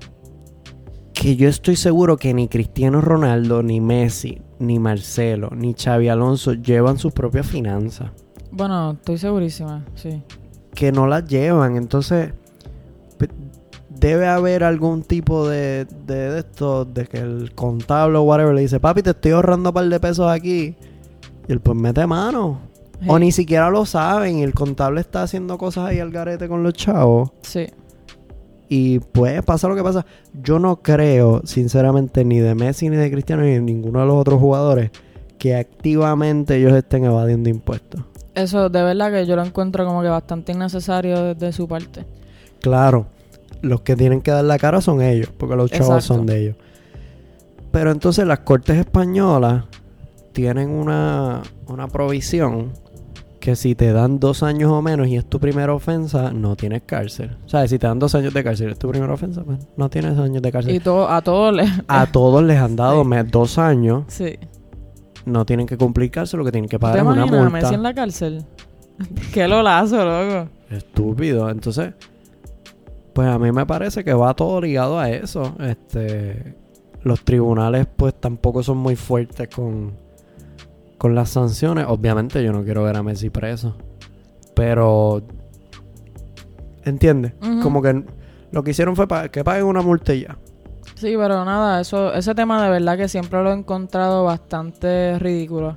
Speaker 1: que yo estoy seguro que ni Cristiano Ronaldo, ni Messi, ni Marcelo, ni Xavi Alonso llevan sus propias finanzas.
Speaker 2: Bueno, estoy segurísima, sí.
Speaker 1: Que no las llevan. Entonces, pe- debe haber algún tipo de, de, de esto, de que el contable o whatever le dice, papi, te estoy ahorrando un par de pesos aquí. Y él, pues mete mano. O ni siquiera lo saben. Y el contable está haciendo cosas ahí al garete con los chavos.
Speaker 2: Sí.
Speaker 1: Y pues pasa lo que pasa. Yo no creo, sinceramente, ni de Messi, ni de Cristiano, ni de ninguno de los otros jugadores que activamente ellos estén evadiendo impuestos.
Speaker 2: Eso, de verdad que yo lo encuentro como que bastante innecesario desde su parte.
Speaker 1: Claro, los que tienen que dar la cara son ellos, porque los chavos
Speaker 2: Exacto.
Speaker 1: son de ellos. Pero entonces las cortes españolas tienen una, una provisión que si te dan dos años o menos y es tu primera ofensa, no tienes cárcel. O sea, si te dan dos años de cárcel y es tu primera ofensa, pues no tienes años de cárcel.
Speaker 2: Y todo, a todos les...
Speaker 1: A todos les han dado me- dos años.
Speaker 2: Sí.
Speaker 1: No tienen que cumplir cárcel, lo que tienen que
Speaker 2: ¿Tú
Speaker 1: pagar
Speaker 2: ¿Te
Speaker 1: es una
Speaker 2: imaginas a Messi
Speaker 1: multa.
Speaker 2: en la cárcel? Qué lolazo, loco.
Speaker 1: Estúpido. Entonces, pues a mí me parece que va todo ligado a eso. Este, los tribunales, pues tampoco son muy fuertes con, con las sanciones. Obviamente, yo no quiero ver a Messi preso. Pero, ¿entiendes?
Speaker 2: Ujú.
Speaker 1: Como que lo que hicieron fue pa- que paguen una multilla.
Speaker 2: Sí, pero nada, eso, ese tema de verdad que siempre lo he encontrado bastante ridículo.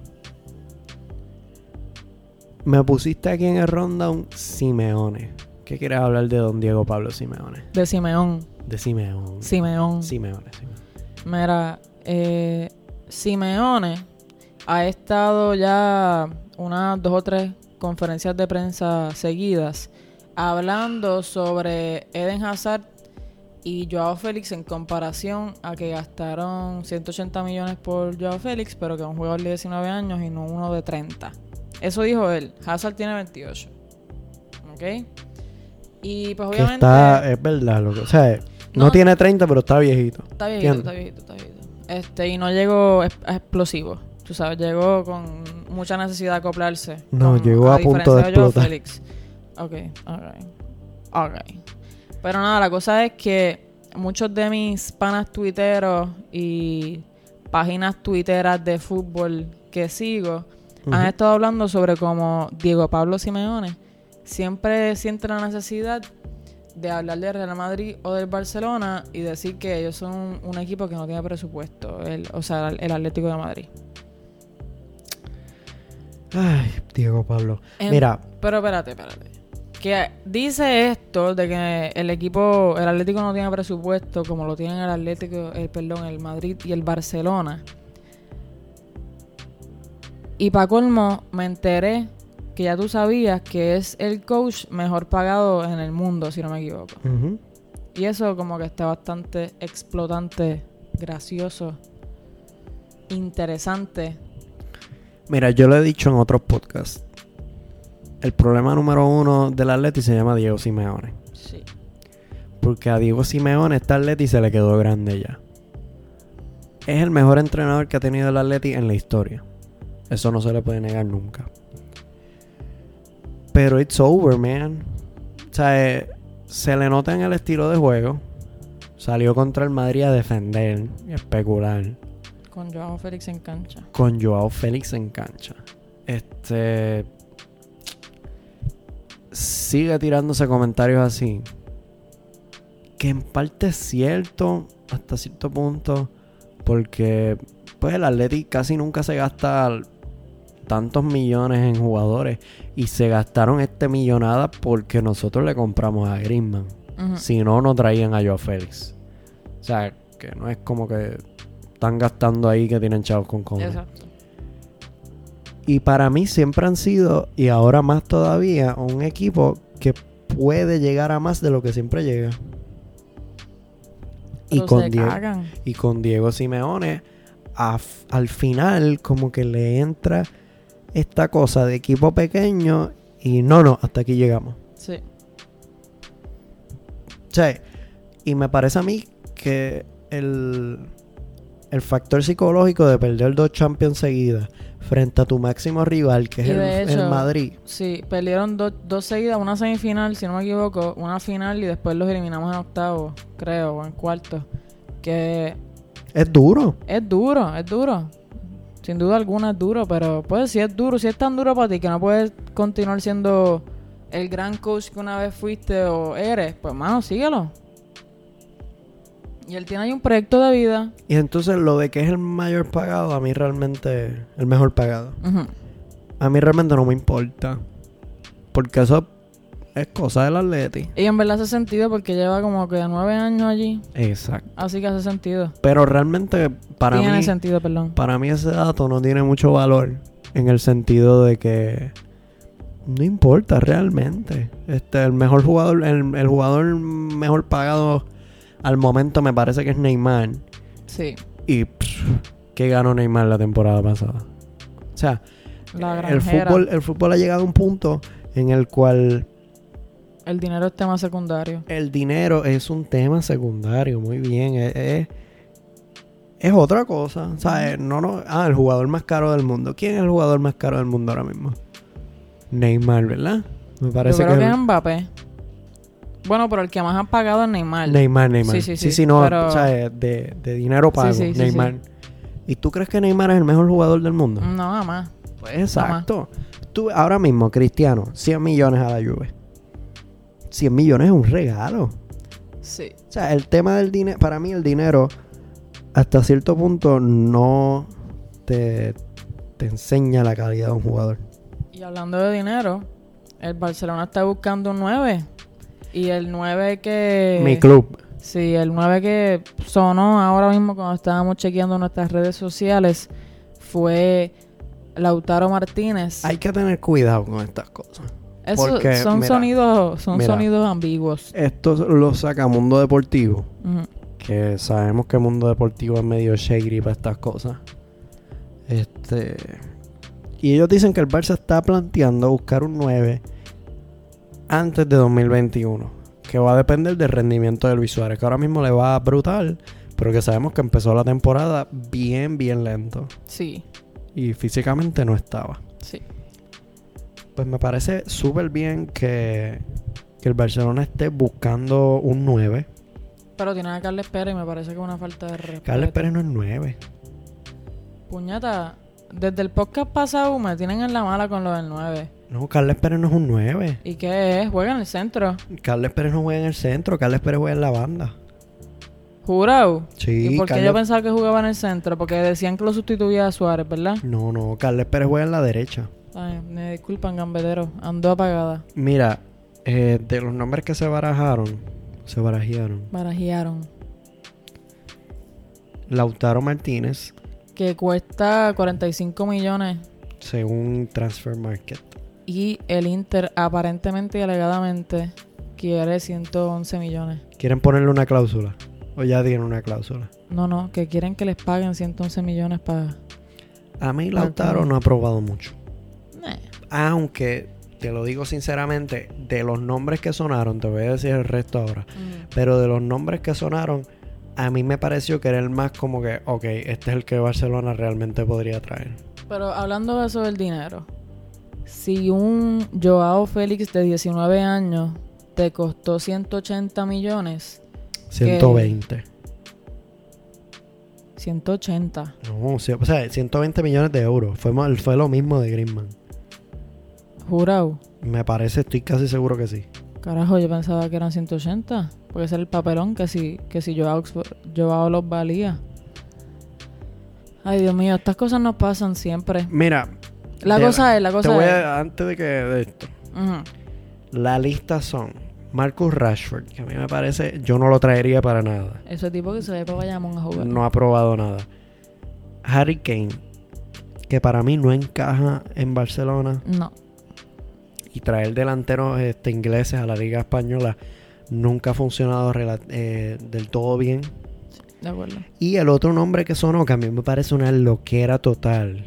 Speaker 1: Me pusiste aquí en el rundown Simeone. ¿Qué quieres hablar de don Diego Pablo Simeone?
Speaker 2: De Simeón.
Speaker 1: De Simeone.
Speaker 2: Simeón.
Speaker 1: Simeone, Simeone.
Speaker 2: Mira, eh, Simeone ha estado ya unas dos o tres conferencias de prensa seguidas hablando sobre Eden Hazard y Joao Félix en comparación a que gastaron 180 millones por Joao Félix, pero que es un jugador de 19 años y no uno de 30. Eso dijo él. Hazard tiene 28. ¿ok? Y pues
Speaker 1: Que
Speaker 2: obviamente...
Speaker 1: está, es verdad, loco. O sea, no,
Speaker 2: No.
Speaker 1: tiene 30, pero está viejito.
Speaker 2: Está viejito,
Speaker 1: ¿Entiendes?
Speaker 2: está viejito, está viejito. Este, y no llegó es- a explosivo. Tú sabes, llegó con mucha necesidad de acoplarse.
Speaker 1: No,
Speaker 2: Con-
Speaker 1: llegó a punto de
Speaker 2: diferencia Joao
Speaker 1: explotar.
Speaker 2: Félix. Ok, alright. Alright. Pero nada, la cosa es que muchos de mis panas tuiteros y páginas tuiteras de fútbol que sigo han
Speaker 1: Ujú.
Speaker 2: estado hablando sobre cómo Diego Pablo Simeone siempre siente la necesidad de hablar del Real Madrid o del Barcelona y decir que ellos son un, un equipo que no tiene presupuesto, el- o sea, el Atlético de Madrid.
Speaker 1: Ay, Diego Pablo.
Speaker 2: En-
Speaker 1: Mira,
Speaker 2: Pero espérate, espérate. Que dice esto de que el equipo, el Atlético no tiene presupuesto como lo tienen el Atlético, el perdón, el Madrid y el Barcelona. Y para colmo, me enteré que ya tú sabías que es el coach mejor pagado en el mundo, si no me equivoco.
Speaker 1: ujú.
Speaker 2: Y eso como que está bastante explotante, gracioso, interesante.
Speaker 1: mira, yo lo he dicho en otros podcasts. El problema número uno del Atleti se llama Diego Simeone.
Speaker 2: Sí.
Speaker 1: Porque a Diego Simeone este Atleti se le quedó grande ya. Es el mejor entrenador que ha tenido el Atleti en la historia. Eso no se le puede negar nunca. Pero it's over, man. O sea, eh, se le nota en el estilo de juego. Salió contra el Madrid a defender y a especular
Speaker 2: Con Joao Félix en cancha.
Speaker 1: con Joao Félix en cancha. Este. Sigue tirándose comentarios así. Que en parte es cierto, hasta cierto punto. Porque, pues, el Atleti casi nunca se gasta tantos millones en jugadores. Y se gastaron este millonada porque nosotros le compramos a Griezmann.
Speaker 2: Ujú.
Speaker 1: Si no, no traían a Joao Félix. O sea, que no es como que están gastando ahí que tienen chavos con Conde.
Speaker 2: Exacto.
Speaker 1: Y para mí siempre han sido, y ahora más todavía, un equipo que puede llegar a más de lo que siempre llega. Y
Speaker 2: Pero
Speaker 1: con,
Speaker 2: se
Speaker 1: Diego,
Speaker 2: cagan.
Speaker 1: y con Diego Simeone, a f- al final como que le entra esta cosa de equipo pequeño y no, no, hasta aquí llegamos.
Speaker 2: Sí.
Speaker 1: sea, Y me parece a mí que el, el factor psicológico de perder dos Champions seguidas frente a tu máximo rival, que es
Speaker 2: Y
Speaker 1: el,
Speaker 2: de
Speaker 1: el
Speaker 2: hecho,
Speaker 1: Madrid.
Speaker 2: Sí, perdieron dos, dos seguidas, una semifinal, si no me equivoco, una final y después los eliminamos en octavo, creo, o en cuarto. Que
Speaker 1: Es duro.
Speaker 2: es duro, es duro. Sin duda alguna es duro, pero pues si es duro, si es tan duro para ti que no puedes continuar siendo el gran coach que una vez fuiste o eres, pues mano, síguelo. Y él tiene ahí un proyecto de vida.
Speaker 1: Y entonces lo de que es el mayor pagado, a mí realmente, el mejor pagado,
Speaker 2: Ujú.
Speaker 1: a mí realmente no me importa. Porque eso es cosa del Atleti.
Speaker 2: Y en verdad hace sentido porque lleva como que nueve años allí,
Speaker 1: Exacto.
Speaker 2: así que hace sentido.
Speaker 1: Pero realmente para
Speaker 2: tiene
Speaker 1: mí,
Speaker 2: sentido, perdón.
Speaker 1: para mí ese dato no tiene mucho valor en el sentido de que no importa realmente. Este, el mejor jugador, el, el jugador mejor pagado al momento me parece que es Neymar.
Speaker 2: Sí,
Speaker 1: Y pff, ¿qué ganó Neymar la temporada pasada? O sea,
Speaker 2: la
Speaker 1: el
Speaker 2: granjera. El,
Speaker 1: fútbol, el fútbol ha llegado a un punto en el cual
Speaker 2: dinero es tema secundario.
Speaker 1: el dinero es un tema secundario, muy bien, es, es- es otra cosa, o sea, eh, no, no, ah, el jugador más caro del mundo, ¿quién es el jugador más caro del mundo ahora mismo? Neymar, ¿verdad? Me parece
Speaker 2: Yo creo que,
Speaker 1: que,
Speaker 2: es Mbappé. Bueno, pero el que más han pagado es Neymar.
Speaker 1: Neymar, Neymar, sí, sí,
Speaker 2: Sí, sí,
Speaker 1: sí,
Speaker 2: sí,
Speaker 1: no,
Speaker 2: pero-
Speaker 1: o sea, eh, de, de dinero pago,
Speaker 2: sí, sí,
Speaker 1: Neymar. ¿Y tú crees que Neymar es el mejor jugador del mundo?
Speaker 2: No, nada más.
Speaker 1: Pues exacto. Tú, ahora mismo, Cristiano, 100 millones a la Juve. 100 millones es un regalo.
Speaker 2: Sí.
Speaker 1: O sea, el tema del dinero, para mí el dinero, hasta cierto punto, no te, te enseña la calidad de un jugador.
Speaker 2: Y hablando de dinero, el Barcelona está buscando un 9. Y el 9 que.
Speaker 1: Mi club.
Speaker 2: Sí, el 9 que sonó ahora mismo cuando estábamos chequeando nuestras redes sociales fue Lautaro Martínez.
Speaker 1: Hay que tener cuidado con estas cosas.
Speaker 2: Eso-
Speaker 1: porque,
Speaker 2: son
Speaker 1: mira,
Speaker 2: sonidos, son
Speaker 1: mira.
Speaker 2: sonidos ambiguos.
Speaker 1: Esto lo saca Mundo Deportivo,
Speaker 2: Ujú.
Speaker 1: que sabemos que Mundo Deportivo es medio shaggy para estas cosas. Este. Y ellos dicen que el Barça está planteando buscar un 9 antes de 2021. Que va a depender del rendimiento de Luis Suárez, que ahora mismo le va brutal, pero que sabemos que empezó la temporada bien, bien lento.
Speaker 2: Sí,
Speaker 1: Y físicamente no estaba.
Speaker 2: sí.
Speaker 1: Pues me parece súper bien que, que el Barcelona esté buscando un 9.
Speaker 2: Pero tienen a Carles Pérez y me parece que es una falta de respeto.
Speaker 1: Carles Pérez no es 9.
Speaker 2: Puñeta, desde el podcast pasado me tienen en la mala con lo del 9.
Speaker 1: No, Carles Pérez no es un 9.
Speaker 2: ¿Y qué es? Juega en el centro.
Speaker 1: Carles Pérez no juega en el centro, Carles Pérez juega en la banda.
Speaker 2: Jurado.
Speaker 1: Sí,
Speaker 2: ¿Y por qué
Speaker 1: Carles-
Speaker 2: yo pensaba que jugaba en el centro? Porque decían que lo sustituía a Suárez, ¿verdad?
Speaker 1: No, no, Carles Pérez juega en la derecha.
Speaker 2: Ay, me disculpan, gambetero. Ando apagada.
Speaker 1: Mira, eh, de los nombres que se barajaron, se barajearon.
Speaker 2: Barajearon.
Speaker 1: Lautaro Martínez,
Speaker 2: Que cuesta 45 millones.
Speaker 1: según Transfer Market.
Speaker 2: Y el Inter, aparentemente y alegadamente, quiere 111 millones.
Speaker 1: ¿Quieren ponerle una cláusula? ¿O ya tienen una cláusula?
Speaker 2: No, no, que quieren que les paguen 111 millones para...
Speaker 1: A mí Lautaro no ha probado mucho.
Speaker 2: Nah.
Speaker 1: Aunque, te lo digo sinceramente, de los nombres que sonaron, te voy a decir el resto ahora.
Speaker 2: Mm.
Speaker 1: Pero de los nombres que sonaron, a mí me pareció que era el más como que, ok, este es el que Barcelona realmente podría traer.
Speaker 2: Pero hablando de eso del dinero, si un Joao Félix de 19 años te costó 180 millones,
Speaker 1: 120.
Speaker 2: 180.
Speaker 1: No, sí, o sea, 120 millones de euros. Fue, mal- fue lo mismo de Griezmann.
Speaker 2: Jurado.
Speaker 1: Me parece, estoy casi seguro que sí.
Speaker 2: Carajo, yo pensaba que eran 180. Porque ese era el papelón que si, que si Joao, Joao los valía. Ay, Dios mío, estas cosas nos pasan siempre.
Speaker 1: Mira.
Speaker 2: La
Speaker 1: te-
Speaker 2: cosa es, la
Speaker 1: te
Speaker 2: cosa
Speaker 1: voy
Speaker 2: es.
Speaker 1: a- antes de que de esto.
Speaker 2: Ujú.
Speaker 1: La lista son Marcus Rashford, que a mí me parece, yo no lo traería para nada.
Speaker 2: Ese tipo que se ve para Bayamón a jugar.
Speaker 1: No ha probado nada. Harry Kane, que para mí no encaja en Barcelona.
Speaker 2: No.
Speaker 1: Y traer delanteros este, ingleses a la liga española nunca ha funcionado rela- eh, del todo bien.
Speaker 2: de acuerdo.
Speaker 1: Y el otro nombre que sonó, que a mí me parece una loquera total,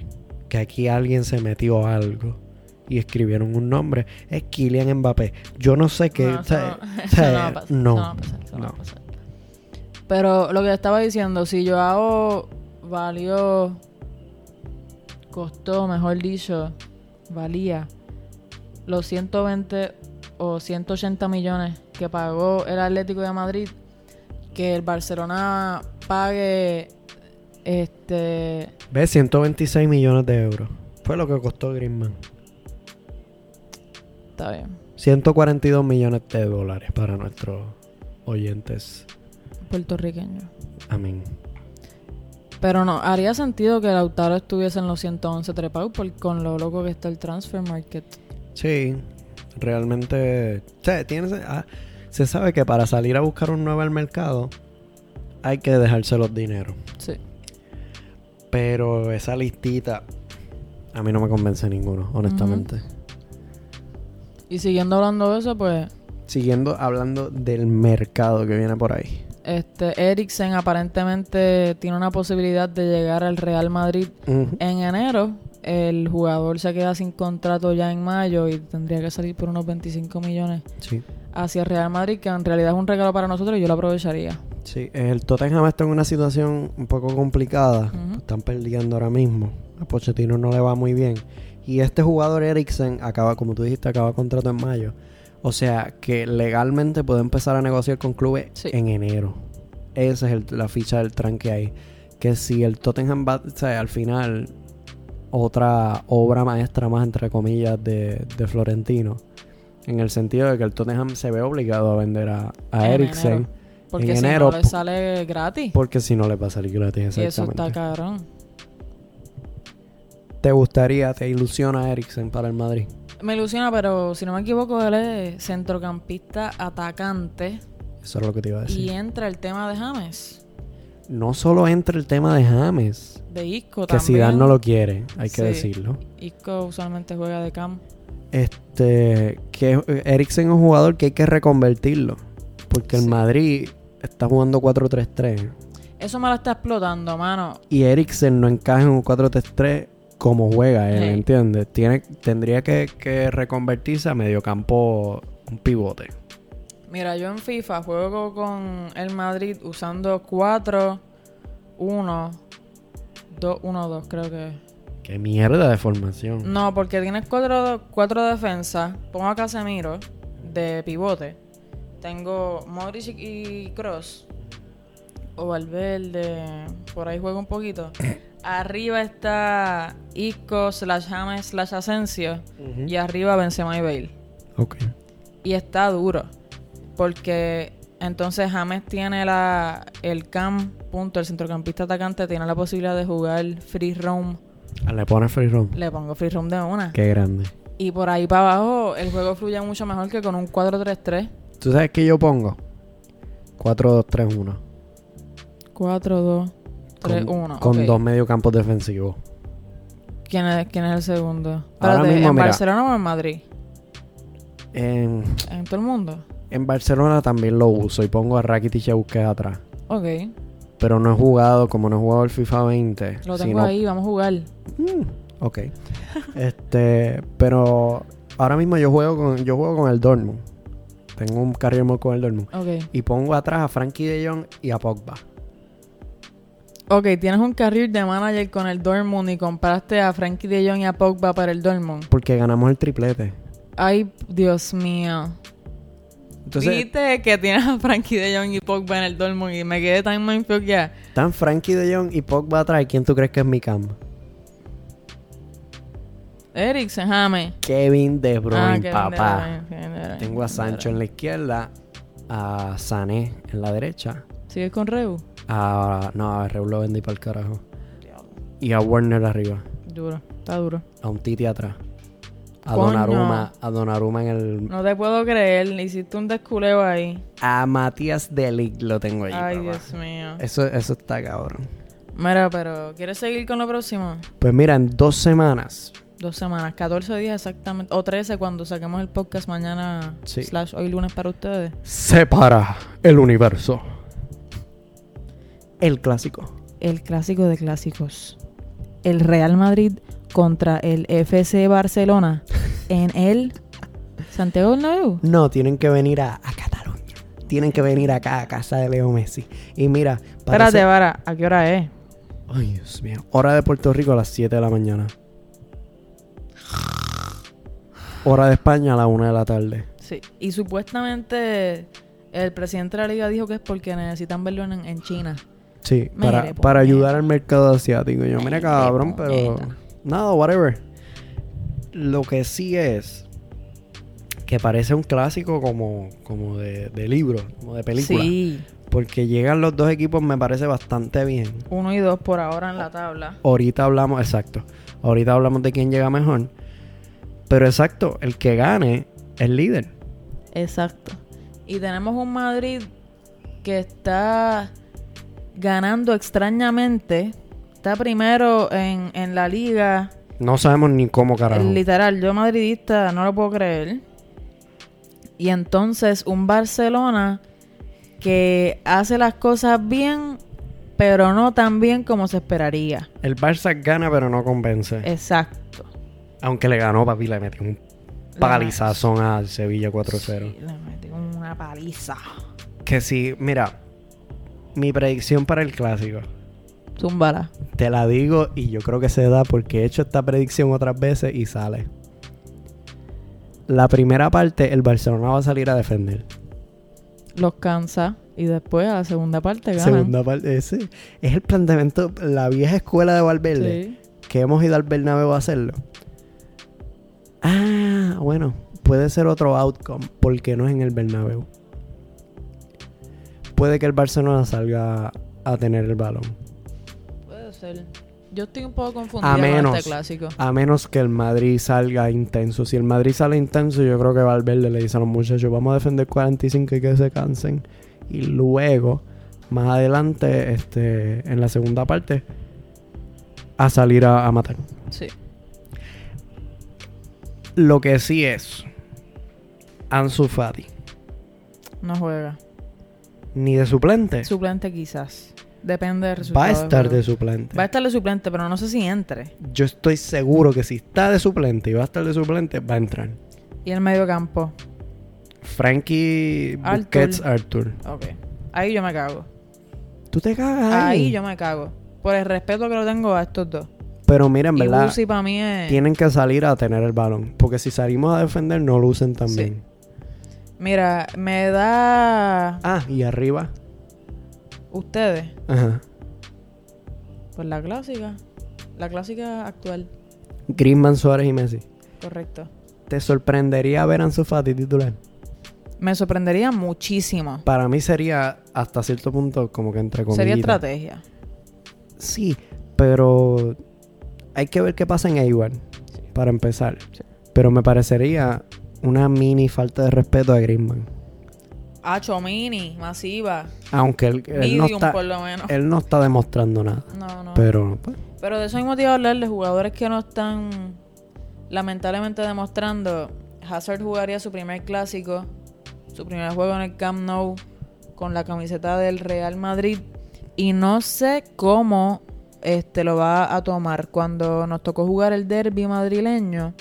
Speaker 1: que aquí alguien se metió algo y escribieron un nombre, es Kylian Mbappé. Yo no sé qué...
Speaker 2: no,
Speaker 1: o
Speaker 2: eso
Speaker 1: sea, o
Speaker 2: no- eso no va
Speaker 1: sea, No,
Speaker 2: a pasar, eso no va a pasar, eso no va a
Speaker 1: no.
Speaker 2: pasar. Pero lo que estaba diciendo, si yo hago valió, costó, mejor dicho, valía los 120 o 180 millones que pagó el Atlético de Madrid, que el Barcelona pague este
Speaker 1: Ve, 126 millones de euros. Fue lo que costó Griezmann.
Speaker 2: está bien,
Speaker 1: 142 millones de dólares para nuestros oyentes.
Speaker 2: puertorriqueño.
Speaker 1: Amén.
Speaker 2: Pero no, haría sentido que Lautaro estuviese en los 111 trepau por, con lo loco que está el transfer market.
Speaker 1: Sí, realmente... o sea, tiene- ah, se sabe que para salir a buscar un nuevo al mercado hay que dejarse los dineros.
Speaker 2: Sí.
Speaker 1: Pero esa listita a mí no me convence ninguno, honestamente.
Speaker 2: Y siguiendo hablando de eso, pues,
Speaker 1: Siguiendo hablando del mercado que viene por ahí.
Speaker 2: este Eriksen aparentemente tiene una posibilidad de llegar al Real Madrid
Speaker 1: Ujú.
Speaker 2: en enero. El jugador se queda sin contrato ya en mayo y tendría que salir por unos 25 millones
Speaker 1: Sí,
Speaker 2: hacia el Real Madrid, que en realidad es un regalo para nosotros y yo lo aprovecharía.
Speaker 1: sí. El Tottenham está en una situación un poco complicada.
Speaker 2: Ujú.
Speaker 1: Están perdiendo ahora mismo. A Pochettino no le va muy bien. Y este jugador Eriksen acaba, como tú dijiste, acaba contrato en mayo. O sea que legalmente puede empezar a negociar con clubes
Speaker 2: Sí.
Speaker 1: en enero. Esa es el- la ficha del tranque ahí. Que si el Tottenham va, o sea, al final, otra obra maestra más, entre comillas, de, de Florentino. En el sentido de que el Tottenham se ve obligado a vender a, a
Speaker 2: En
Speaker 1: Eriksen.
Speaker 2: enero. Porque
Speaker 1: En
Speaker 2: si
Speaker 1: enero,
Speaker 2: no le
Speaker 1: pu-
Speaker 2: sale gratis.
Speaker 1: Porque si no le va a salir gratis,
Speaker 2: Y eso
Speaker 1: exactamente.
Speaker 2: está cabrón.
Speaker 1: ¿Te gustaría, te ilusiona Eriksen para el Madrid?
Speaker 2: Me ilusiona, pero si no me equivoco, él es centrocampista atacante.
Speaker 1: Eso es lo que te iba a
Speaker 2: Y
Speaker 1: decir.
Speaker 2: entra el tema de James,
Speaker 1: No solo entra el tema de James,
Speaker 2: de Isco
Speaker 1: que
Speaker 2: también.
Speaker 1: Zidane no lo quiere, hay que
Speaker 2: Sí.
Speaker 1: decirlo.
Speaker 2: Isco usualmente juega de cam.
Speaker 1: Este, que eh, Eriksen es un jugador que hay que reconvertirlo, porque el
Speaker 2: Sí.
Speaker 1: Madrid está jugando 4-3-3
Speaker 2: Eso me lo está explotando, mano.
Speaker 1: y Eriksen no encaja en un 4-3-3 como juega él,
Speaker 2: Sí.
Speaker 1: ¿entiendes? Tiene, tendría que, que reconvertirse a mediocampo un pivote.
Speaker 2: Mira, yo en FIFA juego con el Madrid usando 4, 1, 2, 1, 2, creo que.
Speaker 1: Qué mierda de formación.
Speaker 2: No, porque tienes 4, 4 defensas. Pongo a Casemiro de pivote. Tengo Modric y Cross. O Valverde. Por ahí juego un poquito. Arriba está Isco, slash James, slash Asensio.
Speaker 1: Ujú.
Speaker 2: Y arriba Benzema y Bale.
Speaker 1: Ok.
Speaker 2: Y está duro. Porque entonces James tiene la, el CAM, punto, el centrocampista atacante, tiene la posibilidad de jugar free roam.
Speaker 1: Ah, Le pones free roam.
Speaker 2: Le pongo free roam de una.
Speaker 1: Qué grande.
Speaker 2: Y por ahí para abajo el juego fluye mucho mejor que con un 4-3-3.
Speaker 1: ¿Tú sabes qué yo pongo? 4, 2, 3, 1.
Speaker 2: 4-2-3-1.
Speaker 1: Con, con
Speaker 2: ok.
Speaker 1: dos mediocampos defensivos.
Speaker 2: ¿Quién es, ¿Quién es el segundo?
Speaker 1: Ahora
Speaker 2: Espérate,
Speaker 1: mismo,
Speaker 2: ¿En
Speaker 1: mira.
Speaker 2: Barcelona o en Madrid?
Speaker 1: En,
Speaker 2: ¿En todo el mundo?
Speaker 1: en Barcelona también lo uso y pongo a Rakitic y a Busquets atrás.
Speaker 2: Ok.
Speaker 1: Pero no he jugado, como no he jugado el FIFA 20.
Speaker 2: Lo tengo
Speaker 1: sino-
Speaker 2: ahí, vamos a jugar.
Speaker 1: Mm, ok. este, pero ahora mismo yo juego con, yo juego con el Dortmund. Tengo un carril mode con el Dortmund.
Speaker 2: Ok.
Speaker 1: Y pongo atrás a Frankie de Jong y a Pogba.
Speaker 2: Ok, tienes un carril de manager con el Dortmund y compraste a Frankie de Jong y a Pogba para el Dortmund.
Speaker 1: Porque ganamos el triplete.
Speaker 2: Ay, Dios mío.
Speaker 1: Entonces,
Speaker 2: Viste que tienes a Frankie de Jong y Pogba en el Dortmund y me quedé tan mindfuck ya.
Speaker 1: están Frankie de Jong y Pogba atrás. ¿Y quién tú crees que es mi cam?
Speaker 2: Eriksen, James.
Speaker 1: Kevin De
Speaker 2: Ah,
Speaker 1: Bruyne,
Speaker 2: que
Speaker 1: papá.
Speaker 2: vendrá, que vendrá.
Speaker 1: Tengo a Sancho en la izquierda, a Sané en la derecha,
Speaker 2: ¿Sigues con Reu?
Speaker 1: a... No, a Reus lo vendí para el carajo. Y a Warner arriba,
Speaker 2: Duro, está duro.
Speaker 1: a un Titi atrás. A
Speaker 2: Coño.
Speaker 1: Donnarumma, a Donnarumma en el...
Speaker 2: No te puedo creer, le hiciste un desculeo ahí.
Speaker 1: A Matías Delic lo tengo ahí,
Speaker 2: Ay,
Speaker 1: papá.
Speaker 2: Dios mío.
Speaker 1: Eso, eso está cabrón.
Speaker 2: Mira, pero ¿quieres seguir con lo próximo?
Speaker 1: Pues mira, en dos semanas,
Speaker 2: Dos semanas, 14 días exactamente, o 13 cuando saquemos el podcast mañana,
Speaker 1: Sí.
Speaker 2: slash hoy lunes para ustedes.
Speaker 1: se para el universo. El clásico.
Speaker 2: El clásico de clásicos. El Real Madrid contra el FC Barcelona en el Santiago Bernabéu.
Speaker 1: No, tienen que venir a, a Cataluña. Tienen que venir acá a casa de Leo Messi. Y mira, parece-
Speaker 2: Espérate, para, ¿a qué hora es?
Speaker 1: Ay, Dios mío. Hora de Puerto Rico a las 7 de la mañana. Hora de España a la 1 de la tarde.
Speaker 2: Sí. Y supuestamente el presidente de la liga dijo que es porque necesitan verlo en, en China.
Speaker 1: Sí,
Speaker 2: Mire,
Speaker 1: para,
Speaker 2: puñeta.
Speaker 1: para ayudar al mercado asiático. Yo, mira, cabrón, pero.
Speaker 2: puñeta.
Speaker 1: Nada, whatever. Lo que sí es. Que parece un clásico como, como de, de libro, como de película.
Speaker 2: Sí.
Speaker 1: Porque llegan los dos equipos, me parece bastante bien.
Speaker 2: Uno y dos por ahora en la tabla.
Speaker 1: Ahorita hablamos, exacto. Ahorita hablamos de quién llega mejor. Pero exacto, el que gane es líder.
Speaker 2: Exacto. Y tenemos un Madrid que está ganando extrañamente. Está primero en, en la liga.
Speaker 1: No sabemos ni cómo carajo.
Speaker 2: Literal, yo madridista no lo puedo creer. Y entonces un Barcelona que hace las cosas bien, pero no tan bien como se esperaría.
Speaker 1: El Barça gana, pero no convence.
Speaker 2: Eh. Exacto.
Speaker 1: Aunque le ganó, papi, le metió un palizazón al Sevilla 4-0.
Speaker 2: Sí, le metió una paliza.
Speaker 1: Que sí, mira, mi predicción para el clásico.
Speaker 2: Zúmbala.
Speaker 1: Te la digo y yo creo que se da porque he hecho esta predicción otras veces y sale. La primera parte, el Barcelona va a salir a defender.
Speaker 2: Los cansa. Y después a la segunda parte ganan.
Speaker 1: Segunda parte, ese es el planteamiento, la vieja escuela de Valverde,
Speaker 2: Sí.
Speaker 1: que hemos ido al Bernabéu a hacerlo. Ah, bueno, puede ser otro outcome, porque no es en el Bernabéu. Puede que el Barcelona salga a tener el balón,
Speaker 2: Puede ser. Yo estoy un poco confundida
Speaker 1: A menos.
Speaker 2: con este clásico.
Speaker 1: a menos que el Madrid salga intenso. Si el Madrid sale intenso, yo creo que Valverde le dice a los muchachos, vamos a defender 45 y que se cansen. Y luego, más adelante, este, en la segunda parte, a salir a- a matar.
Speaker 2: Sí.
Speaker 1: Lo que sí es Ansu Fati,
Speaker 2: No juega.
Speaker 1: ni de suplente.
Speaker 2: Suplente quizás. Depende del resultado.
Speaker 1: Va a
Speaker 2: del
Speaker 1: estar de
Speaker 2: juego.
Speaker 1: suplente.
Speaker 2: Va a estar de suplente, pero no sé si entre.
Speaker 1: Yo estoy seguro que si está de suplente y va a estar de suplente, va a entrar.
Speaker 2: Y el medio campo.
Speaker 1: Frankie
Speaker 2: Arthur.
Speaker 1: Busquets Arthur.
Speaker 2: Ok. Ahí yo me cago.
Speaker 1: Tú te cagas ahí.
Speaker 2: Ahí yo me cago. Por el respeto que lo tengo a estos dos.
Speaker 1: Pero mira, en
Speaker 2: y pues,
Speaker 1: verdad,
Speaker 2: Busi para mí es...
Speaker 1: tienen que salir a tener el balón. Porque si salimos a defender, no lucen tan
Speaker 2: Sí.
Speaker 1: bien.
Speaker 2: Mira, me da...
Speaker 1: Ah, y arriba.
Speaker 2: Ustedes.
Speaker 1: Ajá.
Speaker 2: Pues la clásica. La clásica actual.
Speaker 1: Griezmann, Suárez y Messi.
Speaker 2: Correcto.
Speaker 1: ¿Te sorprendería ver a Ansu Fati titular?
Speaker 2: Me sorprendería muchísimo.
Speaker 1: Para mí sería, hasta cierto punto, como que entre comillas.
Speaker 2: Sería estrategia.
Speaker 1: Sí, pero hay que ver qué pasa en Eibar para empezar.
Speaker 2: Sí.
Speaker 1: Pero me parecería una mini falta de respeto a Griezmann.
Speaker 2: Hacho mini, masiva.
Speaker 1: Aunque él, él no
Speaker 2: Medium
Speaker 1: está,
Speaker 2: por lo menos.
Speaker 1: él no está demostrando nada.
Speaker 2: No, no.
Speaker 1: Pero pues,
Speaker 2: Pero de eso mismo te iba a hablar de jugadores que no están lamentablemente demostrando. Hazard jugaría su primer clásico, su primer juego en el Camp Nou con la camiseta del Real Madrid y no sé cómo este lo va a tomar cuando nos tocó jugar el derby madrileño.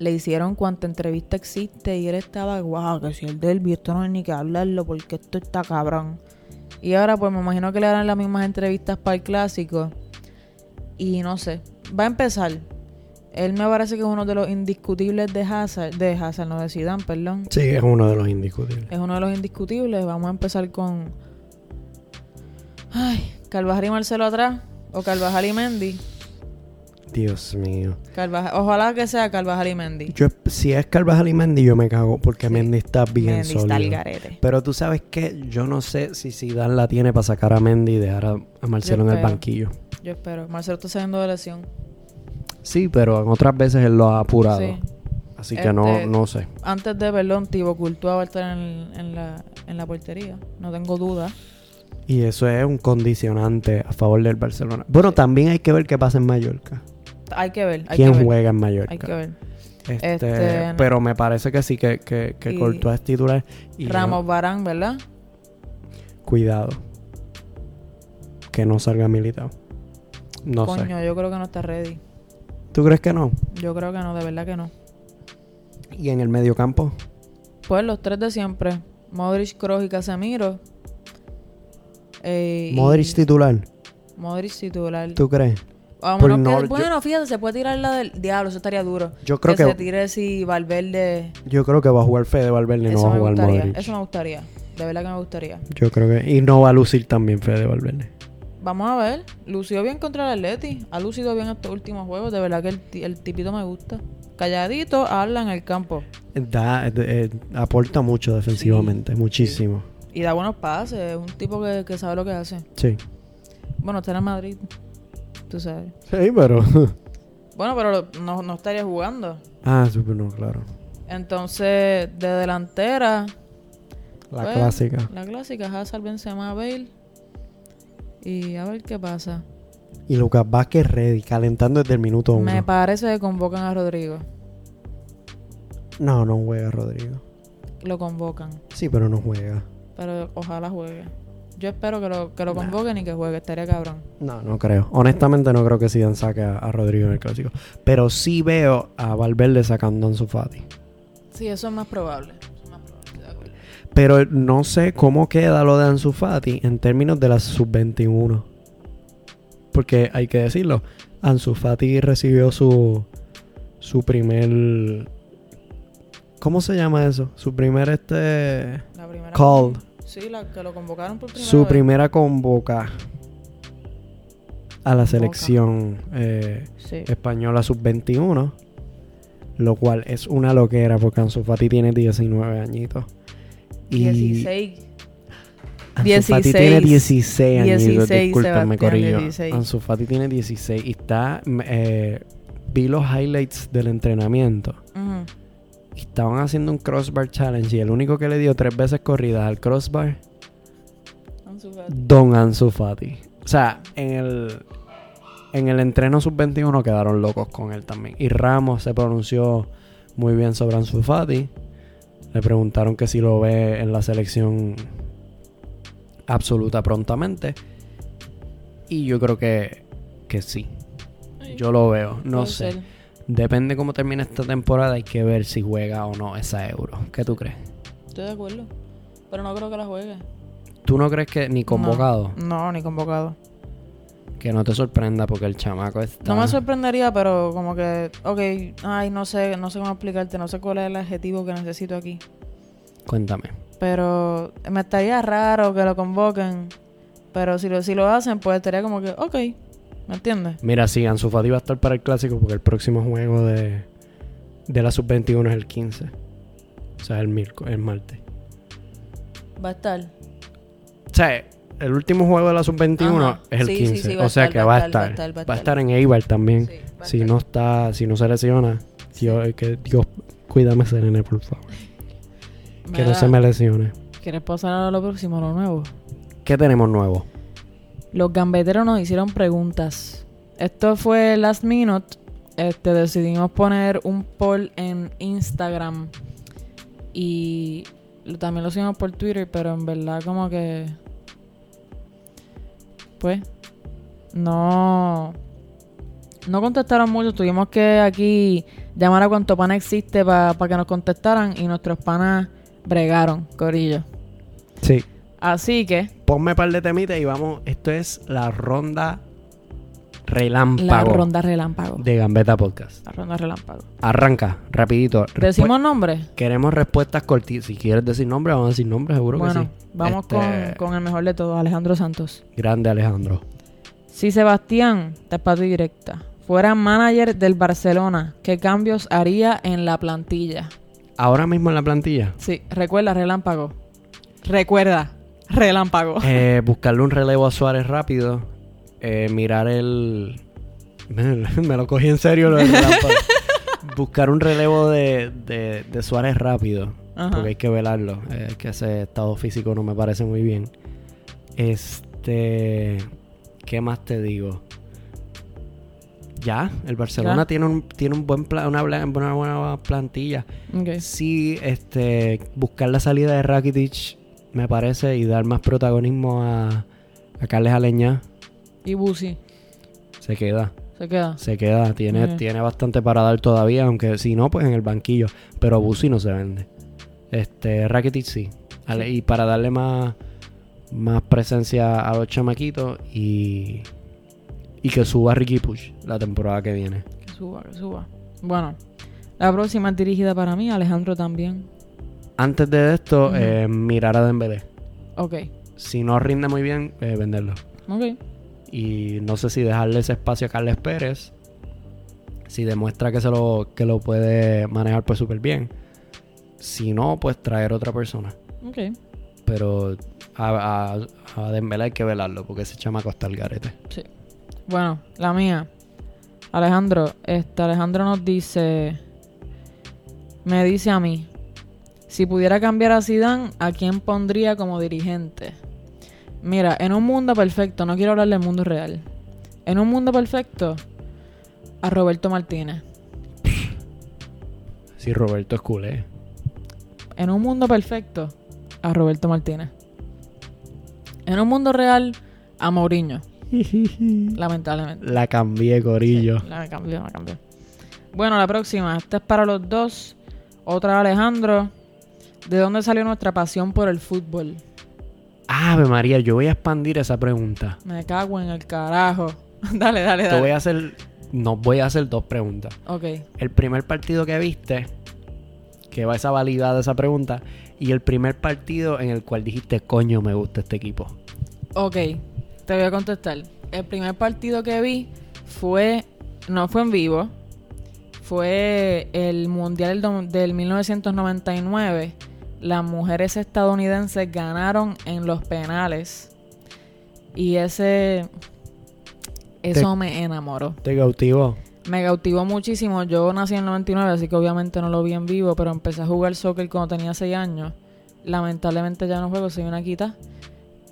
Speaker 2: Le hicieron cuanta entrevista existe y él estaba, guau, que si el derby, esto no hay ni que hablarlo porque esto está cabrón. Y ahora pues me imagino que le harán las mismas entrevistas para el clásico. Y no sé, va a empezar. Él me parece que es uno de los indiscutibles de Hazard, de Hazard, no de Zidane, perdón.
Speaker 1: sí, es uno de los indiscutibles.
Speaker 2: Es uno de los indiscutibles. Vamos a empezar con... Ay, Carvajal y Marcelo atrás o Carvajal y Mendy.
Speaker 1: Dios mío.
Speaker 2: Carvajal- Ojalá que sea Carvajal y Mendy.
Speaker 1: Yo, si es Carvajal y Mendy, yo me cago porque Mendy está bien
Speaker 2: Mendy
Speaker 1: sólido.
Speaker 2: está al garete.
Speaker 1: Pero tú sabes que yo no sé si Zidane la tiene para sacar a Mendy y dejar a, a Marcelo en el
Speaker 2: espero.
Speaker 1: banquillo.
Speaker 2: Yo espero. Marcelo está saliendo de lesión.
Speaker 1: Sí, pero en otras veces él lo ha apurado.
Speaker 2: Sí.
Speaker 1: Así que no,
Speaker 2: Este-
Speaker 1: no sé.
Speaker 2: Antes de, perdón, Tibo Courtois va a estar en, en la, en la portería. No tengo duda.
Speaker 1: Y eso es un condicionante a favor del Barcelona. Bueno, también hay que ver qué pasa en Mallorca.
Speaker 2: Hay que ver. Hay
Speaker 1: ¿Quién
Speaker 2: que ver.
Speaker 1: juega en Mallorca?
Speaker 2: Hay que ver.
Speaker 1: Este,
Speaker 2: Este,
Speaker 1: pero me parece que sí, que, que, que
Speaker 2: Y-
Speaker 1: Courtois es titular. Y
Speaker 2: Ramos Barán, ¿verdad?
Speaker 1: no, cuidado. Que no salga militado. No sé.
Speaker 2: Coño, yo creo que no está ready.
Speaker 1: ¿Tú crees que no?
Speaker 2: Yo creo que no, de verdad que no.
Speaker 1: ¿Y en el mediocampo?
Speaker 2: Pues los tres de siempre. Modric, Kroos y Casemiro. Eh, y-
Speaker 1: Modric titular.
Speaker 2: Modric titular.
Speaker 1: ¿Tú crees?
Speaker 2: A
Speaker 1: Pero
Speaker 2: menos
Speaker 1: no,
Speaker 2: que-
Speaker 1: yo-
Speaker 2: bueno, fíjate, se puede tirar la del diablo, eso estaría duro.
Speaker 1: Yo creo
Speaker 2: que
Speaker 1: que-
Speaker 2: se tire si Valverde...
Speaker 1: Yo creo que va a jugar Fede Valverde, no
Speaker 2: eso
Speaker 1: va a
Speaker 2: me
Speaker 1: jugar
Speaker 2: gustaría,
Speaker 1: Modric.
Speaker 2: eso me gustaría. De verdad que me gustaría.
Speaker 1: Yo creo que... Y no va a lucir también Fede Valverde.
Speaker 2: Vamos a ver. Lució bien contra el Atleti. Ha lucido bien estos últimos juegos. De verdad que el, ti- el tipito me gusta. Calladito, habla en el campo.
Speaker 1: Da, eh, aporta mucho defensivamente, muchísimo.
Speaker 2: Y da buenos pases. Es un tipo que, que sabe lo que hace.
Speaker 1: Sí.
Speaker 2: Bueno, está en el Madrid. Tú sabes.
Speaker 1: Sí, pero...
Speaker 2: Bueno, pero lo- no, no estaría jugando.
Speaker 1: ah, sí, pero no, claro.
Speaker 2: Entonces, de delantera,
Speaker 1: La
Speaker 2: Pues,
Speaker 1: clásica.
Speaker 2: la clásica, Hazard, Benzema, Bale. Y a ver qué pasa.
Speaker 1: Y Lucas Vázquez ready, calentando desde el minuto uno.
Speaker 2: Me parece que convocan a Rodrigo.
Speaker 1: no, no juega Rodrigo.
Speaker 2: Lo convocan.
Speaker 1: Sí, pero no juega.
Speaker 2: Pero ojalá juegue. Yo espero que lo, que lo convoquen y que juegue. Estaría cabrón.
Speaker 1: No, no creo. Honestamente no creo que Zidane saque a, a Rodrigo en el Clásico. Pero sí veo a Valverde sacando a Ansu Fati.
Speaker 2: Sí, eso es más probable. Eso es más probable, estoy de acuerdo.
Speaker 1: Pero no sé cómo queda lo de Ansu Fati en términos de la sub-21. Porque hay que decirlo, Ansu Fati recibió su su primer ¿Cómo se llama eso? Su primer este
Speaker 2: La primera
Speaker 1: Call.
Speaker 2: Sí, la que lo convocaron por primera
Speaker 1: su
Speaker 2: vez.
Speaker 1: primera convoca a la selección eh,
Speaker 2: Sí.
Speaker 1: española sub-21, lo cual es una loquera porque Ansu Fati tiene 19 añitos. Y
Speaker 2: 16.
Speaker 1: Ansu Fati tiene 16 añitos,
Speaker 2: 16,
Speaker 1: discúlpame,
Speaker 2: Sebastián,
Speaker 1: Corillo.
Speaker 2: 16.
Speaker 1: Ansu Fati tiene 16 y está... mm, eh, vi los highlights del entrenamiento.
Speaker 2: Ujú.
Speaker 1: y Estaban haciendo un crossbar challenge y el único que le dio tres veces corridas al crossbar
Speaker 2: Ansu Fati.
Speaker 1: Don Ansu Fati. O sea, en el, en el entreno sub-21 quedaron locos con él también. Y Ramos se pronunció muy bien sobre Ansu Fati. Le preguntaron que si lo ve en la selección absoluta prontamente. Y yo creo que, que sí. Yo lo veo. No
Speaker 2: Puede
Speaker 1: sé.
Speaker 2: ser.
Speaker 1: Depende cómo termine esta temporada, hay que ver si juega o no esa euro. ¿Qué tú crees?
Speaker 2: Estoy de acuerdo. Pero no creo que la juegue.
Speaker 1: ¿Tú no crees que ni convocado?
Speaker 2: No, no, ni convocado.
Speaker 1: Que no te sorprenda porque el chamaco está...
Speaker 2: No me sorprendería, pero como que, ok, ay, no sé, no sé cómo explicarte, no sé cuál es el adjetivo que necesito aquí.
Speaker 1: Cuéntame.
Speaker 2: Pero me estaría raro que lo convoquen. Pero si lo, si lo hacen, pues estaría como que, ok, ¿me entiendes?
Speaker 1: Mira, sí, Ansu Fati va a estar para el clásico porque el próximo juego de, de la sub-21 es el 15. O sea, el, miércoles- el martes.
Speaker 2: Va a estar.
Speaker 1: O sea, el último juego de la sub-21
Speaker 2: Ajá.
Speaker 1: es el
Speaker 2: Sí, sí,
Speaker 1: 15.
Speaker 2: sí, va a
Speaker 1: o sea
Speaker 2: estar,
Speaker 1: que
Speaker 2: va
Speaker 1: va
Speaker 2: a
Speaker 1: a
Speaker 2: estar,
Speaker 1: estar.
Speaker 2: va a estar, va a
Speaker 1: Va a estar en Eibar también.
Speaker 2: Sí, va a
Speaker 1: si
Speaker 2: estar.
Speaker 1: no está, si no se lesiona, Dios, eh, que Dios cuídame ese nene, por favor. Que no
Speaker 2: Mira,
Speaker 1: se me lesione.
Speaker 2: ¿Quieres pasar a lo próximo, a lo nuevo?
Speaker 1: ¿Qué tenemos nuevo?
Speaker 2: Los gambeteros nos hicieron preguntas. Esto fue last minute. Este, decidimos poner un poll en Instagram. Y lo- también lo hicimos por Twitter, pero en verdad como que... Pues... No... No contestaron mucho. Tuvimos que aquí llamar a cuanto pana existe para que nos contestaran. Y nuestros panas bregaron, corillo.
Speaker 1: Sí.
Speaker 2: Así que...
Speaker 1: Ponme par de temitas y vamos. Esto es la ronda relámpago
Speaker 2: La ronda relámpago.
Speaker 1: de Gambeta Podcast.
Speaker 2: La ronda relámpago.
Speaker 1: Arranca, rapidito. Respu-
Speaker 2: ¿Decimos nombres?
Speaker 1: Queremos respuestas cortitas. Si quieres decir nombre, vamos a decir nombre, seguro
Speaker 2: Bueno,
Speaker 1: que sí.
Speaker 2: vamos
Speaker 1: Este,
Speaker 2: con, con el mejor de todos, Alejandro Santos.
Speaker 1: Grande Alejandro.
Speaker 2: Si Sebastián, tapado y directa, fuera manager del Barcelona, ¿qué cambios haría en la plantilla?
Speaker 1: Ahora mismo en la plantilla.
Speaker 2: Sí, recuerda, relámpago. Recuerda, relámpago.
Speaker 1: Eh, buscarle un relevo a Suárez rápido. Eh, mirar el. Me, me lo cogí en serio lo del relámpago. Buscar un relevo de, de- de Suárez rápido.
Speaker 2: Ajá.
Speaker 1: Porque hay que velarlo. eh, que ese estado físico no me parece muy bien. Este. ¿Qué más te digo? Ya, el Barcelona
Speaker 2: Ya.
Speaker 1: tiene un, tiene un buen pla- una, bla- una buena plantilla.
Speaker 2: Ok.
Speaker 1: Sí, este, buscar la salida de Rakitic, me parece, y dar más protagonismo a, a Carles Aleñá,
Speaker 2: Y Busi,
Speaker 1: se queda,
Speaker 2: se queda.
Speaker 1: se queda. Tiene,
Speaker 2: Ok.
Speaker 1: tiene bastante para dar todavía, aunque si no, pues en el banquillo. Pero Busi no se vende. Este, Rakitic sí. Ale- y para darle más, más presencia a los chamaquitos y, y que suba Ricky Push la temporada que viene.
Speaker 2: Que suba, que suba. Bueno, la próxima es dirigida para mí, Alejandro también.
Speaker 1: Antes de esto,
Speaker 2: Ujú.
Speaker 1: eh, mirar a Dembélé.
Speaker 2: Ok,
Speaker 1: Si no rinde muy bien, eh, venderlo.
Speaker 2: ok.
Speaker 1: Y no sé si dejarle ese espacio a Carles Pérez. Si demuestra que se lo, que lo puede manejar pues súper bien. Si no, pues traer otra persona.
Speaker 2: Ok.
Speaker 1: Pero a, a, a Dembélé hay que velarlo porque ese chamaco está al garete.
Speaker 2: Sí. Bueno, la mía. Alejandro, este Alejandro nos dice me dice a mí, si pudiera cambiar a Zidane, ¿a quién pondría como dirigente? Mira, en un mundo perfecto, no quiero hablar del mundo real. En un mundo perfecto, a Roberto Martínez.
Speaker 1: Si Roberto es culé.
Speaker 2: En un mundo perfecto, a Roberto Martínez. En un mundo real, a Mourinho, lamentablemente.
Speaker 1: La cambié, corillo.
Speaker 2: La cambió, la cambió. Bueno, la próxima. Esta es para los dos. Otra de Alejandro. ¿De dónde salió nuestra pasión por el fútbol?
Speaker 1: Ave María, yo voy a expandir esa pregunta.
Speaker 2: Me cago en el carajo. dale, dale,
Speaker 1: Te
Speaker 2: dale.
Speaker 1: voy a hacer. Nos voy a hacer dos preguntas.
Speaker 2: Ok.
Speaker 1: el primer partido que viste, que va esa validad de esa pregunta, y el primer partido en el cual dijiste, coño, me gusta este equipo.
Speaker 2: Ok, te voy a contestar. El primer partido que vi fue, no fue en vivo, fue el Mundial del, do- del 1999. Las mujeres estadounidenses ganaron en los penales. Y ese... Eso me enamoró.
Speaker 1: Te cautivó.
Speaker 2: Me cautivó muchísimo. Yo nací en el 99, así que obviamente no lo vi en vivo, pero empecé a jugar soccer cuando tenía 6 años. Lamentablemente ya no juego, soy una quita.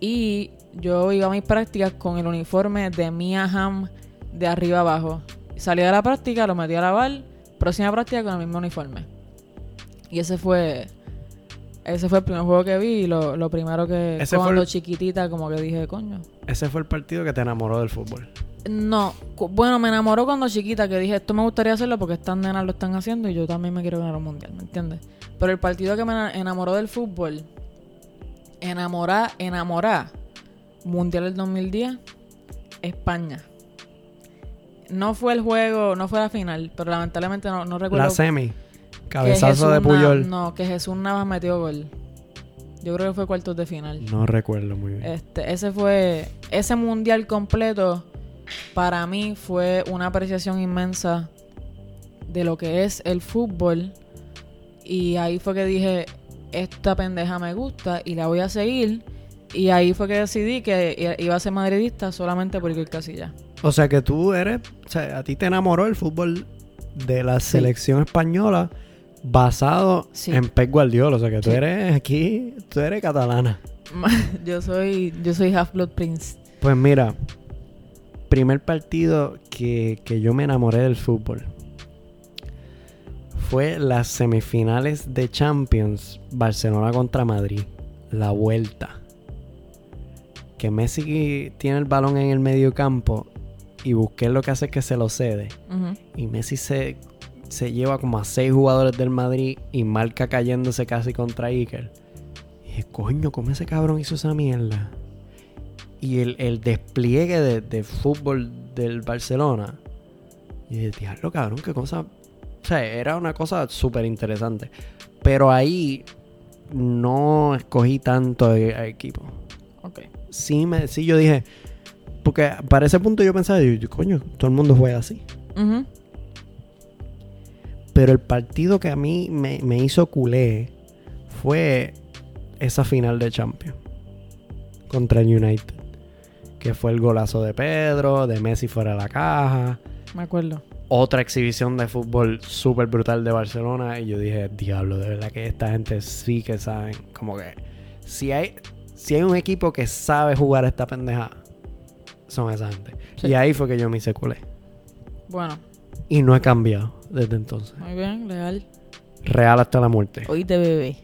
Speaker 2: Y yo iba a mis prácticas con el uniforme de Mia Ham de arriba abajo. Salí de la práctica, lo metí a lavar, próxima práctica con el mismo uniforme. Y ese fue ese fue el primer juego que vi y lo, lo primero que
Speaker 1: Ese fue
Speaker 2: cuando
Speaker 1: el-
Speaker 2: chiquitita como que dije, coño.
Speaker 1: Ese fue el partido que te enamoró del fútbol.
Speaker 2: No, cu- bueno, me enamoró cuando chiquita que dije, esto me gustaría hacerlo porque estas nenas lo están haciendo y yo también me quiero ganar un mundial, ¿me entiendes? Pero el partido que me ena- enamoró del fútbol, enamorá, enamorá, mundial del 2010, España. No fue el juego, no fue la final, pero lamentablemente no, no recuerdo.
Speaker 1: La semi.
Speaker 2: que
Speaker 1: Cabezazo
Speaker 2: Jesús
Speaker 1: de
Speaker 2: Nav-
Speaker 1: Puyol. No,
Speaker 2: no, que Jesús Navas metió gol. Yo creo que fue cuartos de final.
Speaker 1: recuerdo muy bien.
Speaker 2: Este, ese fue, ese mundial completo para mí fue una apreciación inmensa de lo que es el fútbol. Y ahí fue que dije, esta pendeja me gusta y la voy a seguir. Y ahí fue que decidí que i- iba a ser madridista solamente por Iker Casillas.
Speaker 1: O sea que tú eres, o sea, a ti te enamoró el fútbol de la selección española basado
Speaker 2: Sí.
Speaker 1: en Pep Guardiola. O sea que tú
Speaker 2: Sí.
Speaker 1: eres aquí, tú eres catalana.
Speaker 2: Yo soy, yo soy Half Blood Prince.
Speaker 1: Pues mira, primer partido que, que yo me enamoré del fútbol fue las semifinales de Champions Barcelona contra Madrid, la vuelta. Que Messi tiene el balón en el medio campo y Busquets lo que hace es que se lo cede.
Speaker 2: Ujú.
Speaker 1: Y Messi se, se lleva como a seis jugadores del Madrid y marca cayéndose casi contra Iker. Y dije, coño, ¿cómo ese cabrón hizo esa mierda? Y el, el despliegue de, de fútbol del Barcelona. Y dije, diablo, cabrón, qué cosa. O sea, era una cosa súper interesante. Pero ahí no escogí tanto e- a equipo
Speaker 2: Ok.
Speaker 1: sí, me, sí yo dije. Porque para ese punto yo pensaba, yo, yo, coño, todo el mundo juega así.
Speaker 2: Ujú.
Speaker 1: Pero el partido que a mí me, me hizo culé fue esa final de Champions contra el United. Que fue el golazo de Pedro, de Messi fuera de la caja.
Speaker 2: Me acuerdo.
Speaker 1: Otra exhibición de fútbol súper brutal de Barcelona. Y yo dije, diablo, de verdad que esta gente sí que saben. Como que si hay, si hay un equipo que sabe jugar esta pendeja, son esa gente.
Speaker 2: Sí.
Speaker 1: Y ahí fue que yo me hice culé.
Speaker 2: Bueno,
Speaker 1: Y no he cambiado desde entonces.
Speaker 2: muy bien, legal.
Speaker 1: Real hasta la muerte.
Speaker 2: Oíste, bebé.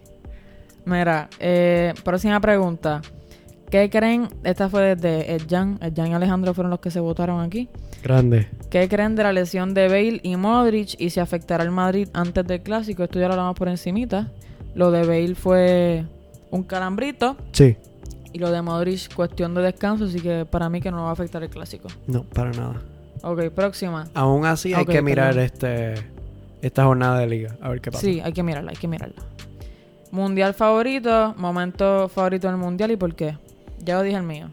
Speaker 2: Mira, eh, próxima pregunta. ¿Qué creen? Esta fue desde Edjan. Edjan y Alejandro fueron los que se votaron aquí.
Speaker 1: Grande.
Speaker 2: ¿Qué creen de la lesión de Bale y Modric y si afectará al Madrid antes del clásico? Esto ya lo hablamos por encimita. Lo de Bale fue un calambrito
Speaker 1: Sí.
Speaker 2: y lo de Modric cuestión de descanso, así que para mí que no va a afectar el clásico.
Speaker 1: No, para nada.
Speaker 2: Ok, próxima.
Speaker 1: Aún así hay
Speaker 2: Ah, Ok,
Speaker 1: que mirar
Speaker 2: perdón.
Speaker 1: este esta jornada de liga. A ver qué pasa.
Speaker 2: Sí, hay que mirarla, hay que mirarla. Mundial favorito, momento favorito del mundial y por qué. Ya lo dije el mío.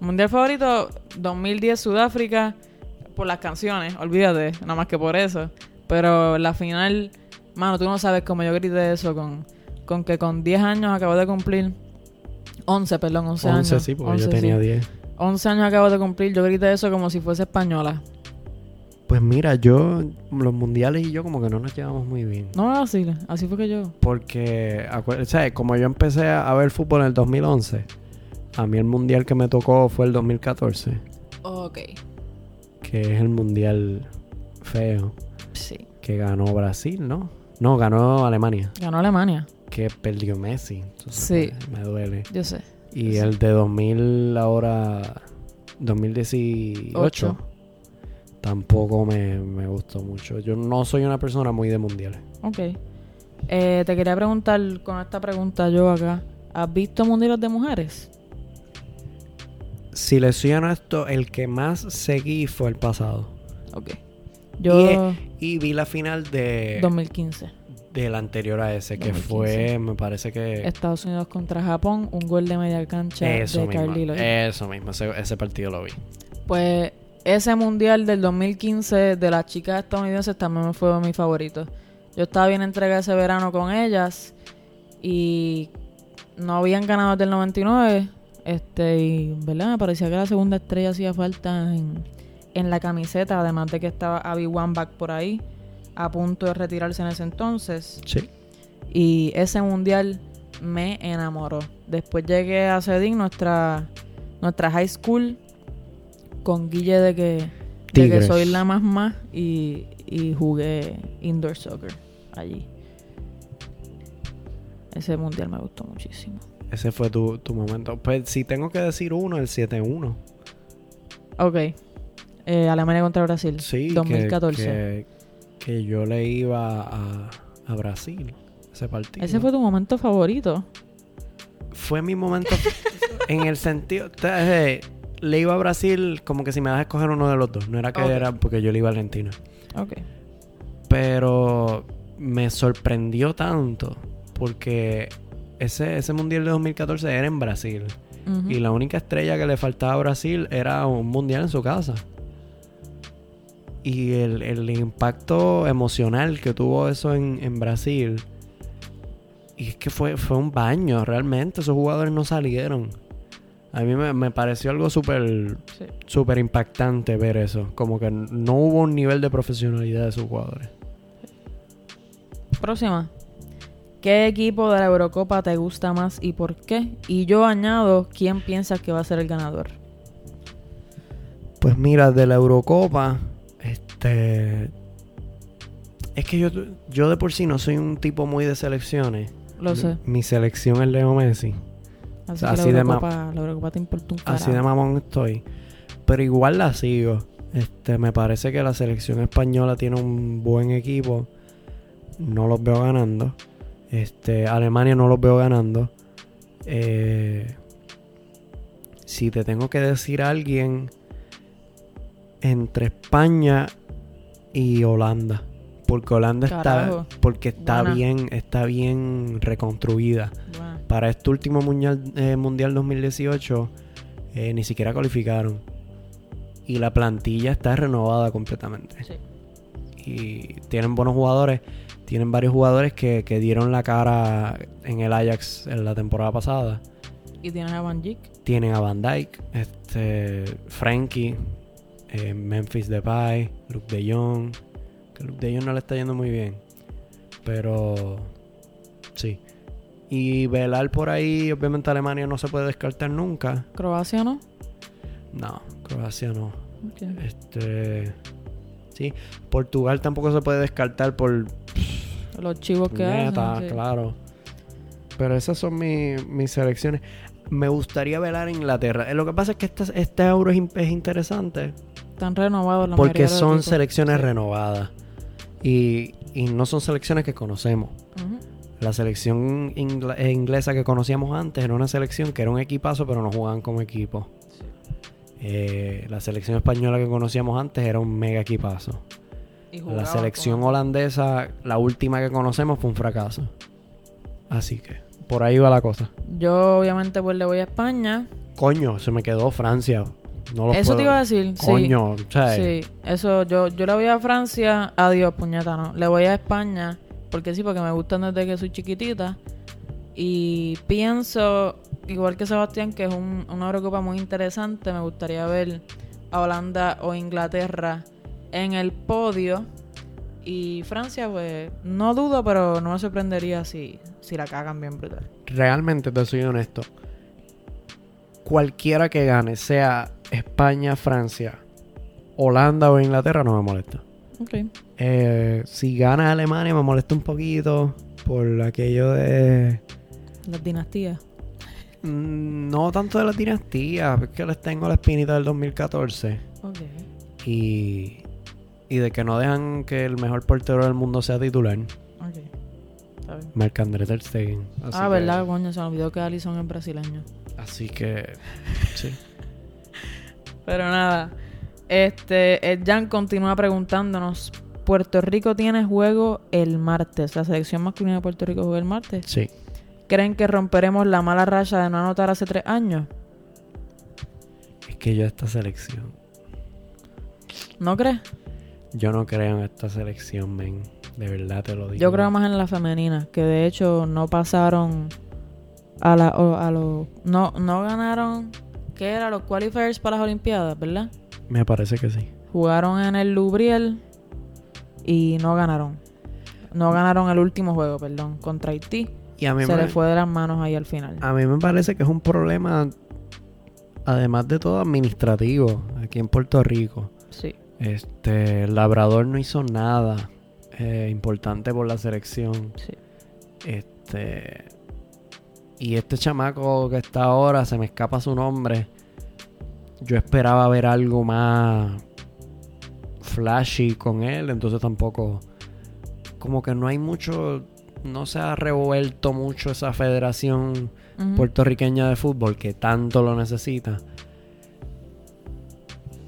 Speaker 2: Mundial favorito, 2010 Sudáfrica, por las canciones, olvídate, nada más que por eso. Pero la final, mano, tú no sabes cómo yo grité eso con, con que con 10 años acabo de cumplir. 11, perdón, 11,
Speaker 1: 11
Speaker 2: años.
Speaker 1: sí, porque
Speaker 2: 11,
Speaker 1: yo tenía
Speaker 2: sí.
Speaker 1: 10.
Speaker 2: 11 años acabo de cumplir, yo grité eso como si fuese española.
Speaker 1: Pues mira, yo, los mundiales y yo como que no nos llevamos muy bien.
Speaker 2: No, así, así fue que yo.
Speaker 1: Porque, acuer- o sea, como yo empecé a a ver fútbol en el 2011, a mí el mundial que me tocó fue el 2014,
Speaker 2: Ok,
Speaker 1: que es el mundial feo
Speaker 2: sí.
Speaker 1: que ganó Brasil, ¿no? No, ganó Alemania,
Speaker 2: Ganó Alemania,
Speaker 1: que perdió Messi. Entonces,
Speaker 2: Sí.
Speaker 1: pues, me duele.
Speaker 2: yo sé.
Speaker 1: Y
Speaker 2: Sí.
Speaker 1: el de 2000 ahora, 2018,
Speaker 2: Ocho.
Speaker 1: tampoco me, me gustó mucho. Yo no soy una persona muy de mundiales.
Speaker 2: Ok. Eh, te quería preguntar con esta pregunta yo acá. ¿Has visto mundiales de mujeres?
Speaker 1: Si les soy honesto, el que más seguí fue el pasado.
Speaker 2: Ok. Yo,
Speaker 1: Y vi la final de
Speaker 2: 2015.
Speaker 1: eh. del anterior a ese, que
Speaker 2: 2015.
Speaker 1: fue, me parece que...
Speaker 2: Estados Unidos contra Japón, un gol de media cancha
Speaker 1: Eso
Speaker 2: de
Speaker 1: mismo,
Speaker 2: Carlilo.
Speaker 1: eso mismo, ese, ese partido lo vi.
Speaker 2: Pues ese mundial del 2015 de las chicas estadounidenses también fue mi favorito. Yo estaba bien entregada ese verano con ellas y no habían ganado desde el 99. Este, y, ¿verdad? Me parecía que la segunda estrella hacía falta en, en la camiseta, además de que estaba Abby Wambach por ahí, a punto de retirarse en ese entonces.
Speaker 1: Sí.
Speaker 2: Y ese mundial me enamoró. Después llegué a CEDIC, nuestra, nuestra high school, con Guille de que, de que
Speaker 1: Tigres.
Speaker 2: soy la más más y, y jugué indoor soccer allí. Ese mundial me gustó muchísimo.
Speaker 1: Ese fue tu, tu momento. Pues si tengo que decir uno, el 7-1.
Speaker 2: Ok. eh, Alemania contra Brasil.
Speaker 1: Sí, que-
Speaker 2: 2014.
Speaker 1: Que, que yo le iba a, a Brasil ese partido.
Speaker 2: Ese fue tu momento favorito.
Speaker 1: Fue mi momento en el sentido. te- eh, le iba a Brasil como que si me das a escoger uno de los dos. No era que
Speaker 2: Ok.
Speaker 1: era porque yo le iba a Argentina.
Speaker 2: Ok.
Speaker 1: Pero me sorprendió tanto porque ese, ese mundial de 2014 era en Brasil.
Speaker 2: Ujú.
Speaker 1: Y la única estrella que le faltaba a Brasil era un mundial en su casa. Y el, el impacto emocional que tuvo eso en, en Brasil. Y es que fue, fue un baño, realmente. Esos jugadores no salieron. A mí me, me pareció algo súper
Speaker 2: Sí.
Speaker 1: súper impactante ver eso. Como que no hubo un nivel de profesionalidad de esos jugadores.
Speaker 2: Próxima. ¿Qué equipo de la Eurocopa te gusta más y por qué? Y yo añado, ¿quién piensas que va a ser el ganador?
Speaker 1: Pues mira, de la Eurocopa, este. Es que yo, yo de por sí no soy un tipo muy de selecciones.
Speaker 2: Lo sé.
Speaker 1: Mi selección es Leo Messi.
Speaker 2: Así,
Speaker 1: Así
Speaker 2: que
Speaker 1: de
Speaker 2: la
Speaker 1: ma-
Speaker 2: Eurocopa, la Eurocopa te importa un carajo.
Speaker 1: Así de mamón estoy. Pero igual la sigo. Este, me parece que la selección española tiene un buen equipo. No los veo ganando. Este, Alemania no los veo ganando. Eh, si te tengo que decir a alguien entre España y Holanda. Porque Holanda
Speaker 2: Carajo.
Speaker 1: está. Porque está
Speaker 2: Buena.
Speaker 1: bien, está bien reconstruida
Speaker 2: Bueno,
Speaker 1: para este último mundial, eh, mundial 2018 eh, ni siquiera calificaron. Y la plantilla está renovada completamente.
Speaker 2: sí.
Speaker 1: Y tienen buenos jugadores. Tienen varios jugadores que, que dieron la cara en el Ajax en la temporada pasada.
Speaker 2: Y tienes a Van Dijk.
Speaker 1: Tienen a Van Dyke, este, Frankie, eh, Memphis Depay, Luke de Jong. Que Luke de Jong no le está yendo muy bien. Pero sí. Y velar por ahí, obviamente Alemania no se puede descartar nunca.
Speaker 2: Croacia, ¿no?
Speaker 1: No, Croacia no.
Speaker 2: Ok.
Speaker 1: Este. Sí, Portugal tampoco se puede descartar por
Speaker 2: Los chivos que hacen.
Speaker 1: puñeta,
Speaker 2: sí.
Speaker 1: claro. Pero esas son mi- mis selecciones. Me gustaría velar a Inglaterra. Eh, Lo que pasa es que esta- este, euro es, in- es interesante
Speaker 2: Están renovados la mayoría
Speaker 1: porque
Speaker 2: de
Speaker 1: son
Speaker 2: los equipos.
Speaker 1: selecciones
Speaker 2: Sí.
Speaker 1: renovadas y, y no son selecciones que conocemos.
Speaker 2: Ujú.
Speaker 1: La selección ingla- eh, inglesa que conocíamos antes era una selección que era un equipazo, pero no jugaban como equipo.
Speaker 2: Sí.
Speaker 1: Eh, la selección española que conocíamos antes era un mega equipazo.
Speaker 2: Y
Speaker 1: La
Speaker 2: jugaban
Speaker 1: selección
Speaker 2: como-
Speaker 1: holandesa, la última que conocemos, fue un fracaso. Así que, por ahí va la cosa.
Speaker 2: Yo, obviamente, pues le voy a España.
Speaker 1: Coño, se me quedó Francia. No lo
Speaker 2: Eso
Speaker 1: puedo-
Speaker 2: te iba a decir. sí.
Speaker 1: Coño, o sea,
Speaker 2: Sí, eso yo, yo le voy a Francia, adiós puñeta, no, le voy a España, porque sí, porque me gustan desde que soy chiquitita y pienso, igual que Sebastián, que es un, una Eurocopa muy interesante, me gustaría ver a Holanda o Inglaterra en el podio y Francia, pues no dudo, pero no me sorprendería si, si la cagan bien brutal.
Speaker 1: realmente te soy honesto. Cualquiera que gane, sea España, Francia, Holanda o Inglaterra, no me molesta.
Speaker 2: Ok,
Speaker 1: Eh, si gana Alemania, me molesta un poquito por aquello de...
Speaker 2: las dinastías.
Speaker 1: Mm, No tanto de las dinastías, es que les tengo la espinita del 2014
Speaker 2: Ok.
Speaker 1: y, y de que no dejan que el mejor portero del mundo sea titular,
Speaker 2: Ok. Está bien.
Speaker 1: Marc-André Ter Stegen. Así
Speaker 2: Ah,
Speaker 1: que-
Speaker 2: verdad, coño, se me olvidó que Alison es brasileño.
Speaker 1: Así que, sí.
Speaker 2: Pero nada, este, el Jan continúa preguntándonos. Puerto Rico tiene juego el martes. La selección masculina de Puerto Rico juega el martes.
Speaker 1: Sí.
Speaker 2: ¿Creen que romperemos la mala racha de no anotar hace tres años?
Speaker 1: Es que yo esta selección,
Speaker 2: ¿No crees?
Speaker 1: yo no creo en esta selección, men. De verdad te lo digo.
Speaker 2: Yo creo más en la femenina, que de hecho no pasaron a la o- a los no no ganaron ¿qué era los qualifiers para las olimpiadas, ¿verdad?
Speaker 1: Me parece que sí.
Speaker 2: Jugaron en el Lubriel y no ganaron. No ganaron el último juego, perdón, contra Haití.
Speaker 1: Y a mí
Speaker 2: se
Speaker 1: me... Ah.
Speaker 2: le fue de las manos ahí al final.
Speaker 1: A mí me parece que es un problema, además de todo, administrativo aquí en Puerto Rico.
Speaker 2: Sí.
Speaker 1: Este, Labrador no hizo nada eh, importante por la selección.
Speaker 2: Sí.
Speaker 1: Este, y este chamaco que está ahora, se me escapa su nombre. Yo esperaba ver algo más flashy con él, entonces tampoco. Como que no hay mucho. No se ha revuelto mucho esa federación
Speaker 2: Ujú.
Speaker 1: puertorriqueña de fútbol que tanto lo necesita.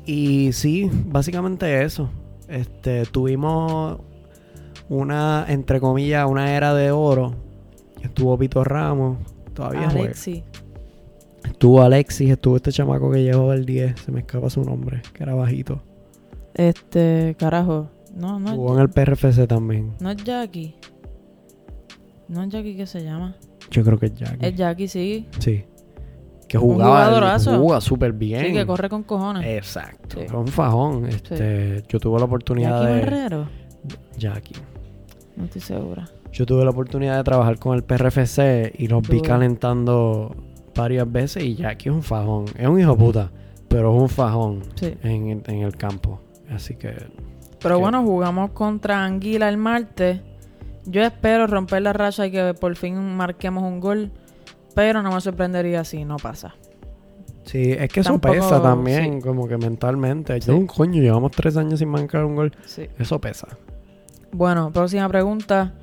Speaker 1: Y sí, básicamente eso. Este, tuvimos una, entre comillas, una era de oro. Estuvo Pito Ramos, todavía juega.
Speaker 2: Alexi.
Speaker 1: Estuvo Alexis, estuvo este chamaco que llegó el 10, se me escapa su nombre, que era bajito.
Speaker 2: Este, carajo. No, no. es
Speaker 1: Jugó en el PRFC también.
Speaker 2: No es Jackie. No es Jackie que se llama.
Speaker 1: Yo creo que es Jackie.
Speaker 2: Es Jackie, sí.
Speaker 1: Sí. Que
Speaker 2: Un
Speaker 1: jugaba,
Speaker 2: jugadorazo.
Speaker 1: juega súper bien.
Speaker 2: Sí, que corre con cojones.
Speaker 1: Eh, Exacto.
Speaker 2: Ah. Sí.
Speaker 1: Fue un fajón. Este, Yo tuve la oportunidad
Speaker 2: Jackie
Speaker 1: de.
Speaker 2: Barrero.
Speaker 1: Jackie.
Speaker 2: No estoy segura.
Speaker 1: Yo tuve la oportunidad de trabajar con el PRFC y los vi
Speaker 2: Duro.
Speaker 1: calentando varias veces. Y Jackie es un fajón. Es un hijo puta, pero es un fajón
Speaker 2: Sí.
Speaker 1: en, en el campo. Así que.
Speaker 2: Pero
Speaker 1: Sí.
Speaker 2: bueno, jugamos contra Anguila el martes. Yo espero romper la racha y que por fin marquemos un gol. Pero no me sorprendería si no pasa.
Speaker 1: Sí, es que eso
Speaker 2: Tampoco-
Speaker 1: pesa también, como que mentalmente. Yo,
Speaker 2: Sí.
Speaker 1: un coño, llevamos tres años sin marcar un gol.
Speaker 2: Sí.
Speaker 1: Eso pesa.
Speaker 2: Bueno, próxima pregunta.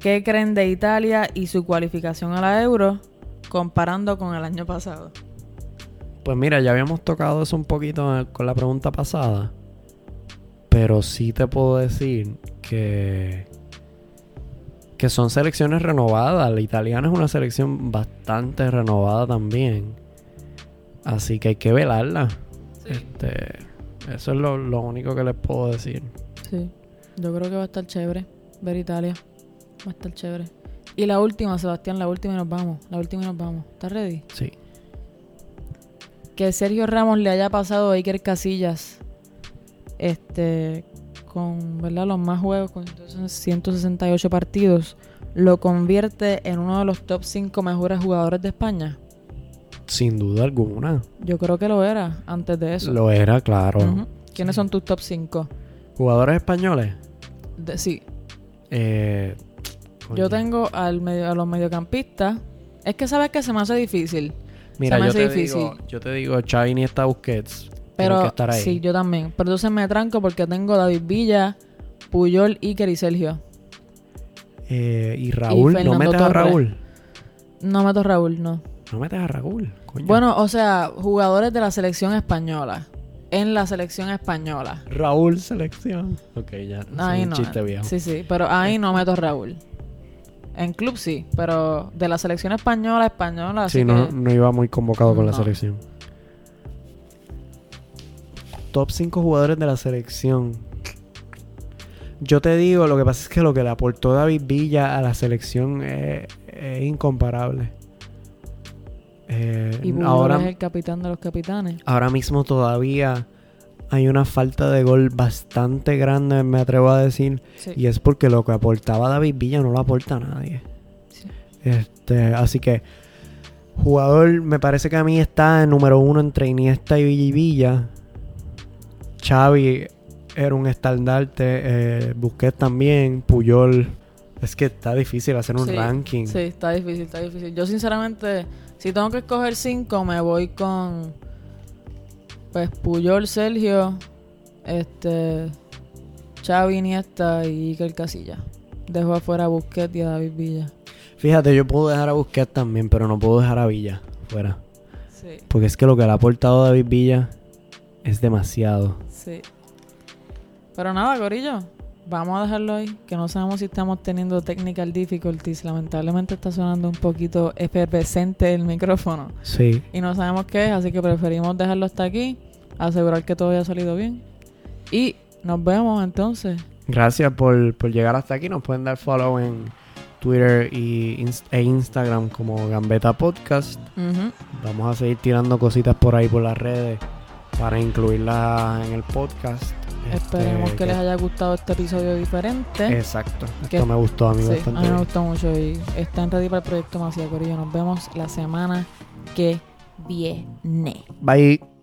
Speaker 2: ¿Qué creen de Italia y su cualificación a la Euro comparando con el año pasado?
Speaker 1: Pues mira, ya habíamos tocado eso un poquito eh, con la pregunta pasada. Pero sí te puedo decir que. que son selecciones renovadas. La italiana es una selección bastante renovada también. Así que hay que velarla. Este, eso es lo, lo único que les puedo decir.
Speaker 2: Sí, yo creo que va a estar chévere ver Italia. Va a estar chévere. Y la última, Sebastián, la última y nos vamos. La última y nos vamos. ¿Estás ready?
Speaker 1: Sí.
Speaker 2: Que Sergio Ramos le haya pasado a Iker Casillas. Este, con, ¿verdad? Los más juegos, con 168 partidos. Lo convierte en uno de los top 5 mejores jugadores de España.
Speaker 1: Sin duda alguna.
Speaker 2: Yo creo que lo era antes de eso.
Speaker 1: Lo era, claro.
Speaker 2: Ujú. ¿Quiénes son tus top 5?
Speaker 1: Jugadores españoles.
Speaker 2: sí,
Speaker 1: Eh, coño.
Speaker 2: Yo tengo al medio- a los mediocampistas. Es que sabes que se me hace difícil.
Speaker 1: Mira,
Speaker 2: se me
Speaker 1: yo
Speaker 2: hace
Speaker 1: te,
Speaker 2: difícil.
Speaker 1: digo, yo te digo, Xavi ni está Busquets. Tienen
Speaker 2: Pero
Speaker 1: que estar ahí.
Speaker 2: sí, yo también. Pero entonces me tranco porque tengo a David Villa, Puyol, Iker y Sergio.
Speaker 1: Eh, y Raúl, no
Speaker 2: Fernando
Speaker 1: metes a
Speaker 2: Torres.
Speaker 1: Raúl.
Speaker 2: No meto a Raúl, no.
Speaker 1: No metes a Raúl, coño.
Speaker 2: Bueno, o sea, jugadores de la selección española. En la selección española.
Speaker 1: Raúl selección. Ok, ya. eso
Speaker 2: Ahí
Speaker 1: es un
Speaker 2: no.
Speaker 1: chiste viejo.
Speaker 2: Sí, sí, pero ahí no meto a Raúl. En club sí, pero de la selección española, española.
Speaker 1: Sí,
Speaker 2: así
Speaker 1: no,
Speaker 2: que-
Speaker 1: no iba muy convocado con la
Speaker 2: No.
Speaker 1: selección. Top 5 jugadores de la selección. Yo te digo, lo que pasa es que lo que le aportó David Villa a la selección es, es incomparable. Eh,
Speaker 2: Y Puyol
Speaker 1: ahora,
Speaker 2: es el capitán de los capitanes.
Speaker 1: ahora mismo todavía hay una falta de gol bastante grande, me atrevo a decir.
Speaker 2: Sí.
Speaker 1: Y es porque lo que aportaba David Villa no lo aporta nadie.
Speaker 2: Sí.
Speaker 1: Este, así que jugador, me parece que a mí está en número uno entre Iniesta y Villa. Xavi era un estandarte, eh, Busquets también, Puyol. Es que está difícil hacer un
Speaker 2: Sí,
Speaker 1: ranking.
Speaker 2: Sí, está difícil, está difícil. Yo sinceramente, si tengo que escoger cinco, me voy con pues Puyol, Sergio, este Xavi, Iniesta y Iker Casilla. Dejo afuera a Busquets y a David Villa.
Speaker 1: Fíjate, yo puedo dejar a Busquets también, pero no puedo dejar a Villa fuera.
Speaker 2: Sí,
Speaker 1: Porque es que lo que le ha aportado David Villa es demasiado.
Speaker 2: sí. Pero nada, Gorillo, vamos a dejarlo ahí, que no sabemos si estamos teniendo technical difficulties. Lamentablemente está sonando un poquito efervescente el micrófono.
Speaker 1: Sí.
Speaker 2: y no sabemos qué es, así que preferimos dejarlo hasta aquí, asegurar que todo haya salido bien. Y nos vemos entonces.
Speaker 1: Gracias por, por llegar hasta aquí. Nos pueden dar follow en Twitter y, ins- e Instagram como Gambeta Podcast. Vamos a seguir tirando cositas por ahí por las redes para incluirlas en el podcast. Este,
Speaker 2: Esperemos que, les haya gustado este episodio diferente.
Speaker 1: Exacto.
Speaker 2: que-
Speaker 1: Esto me gustó a mí
Speaker 2: Sí, a
Speaker 1: bastante.
Speaker 2: mí me
Speaker 1: bien.
Speaker 2: gustó mucho y están ready para el proyecto Macía Corillo. Nos vemos la semana que viene.
Speaker 1: Bye.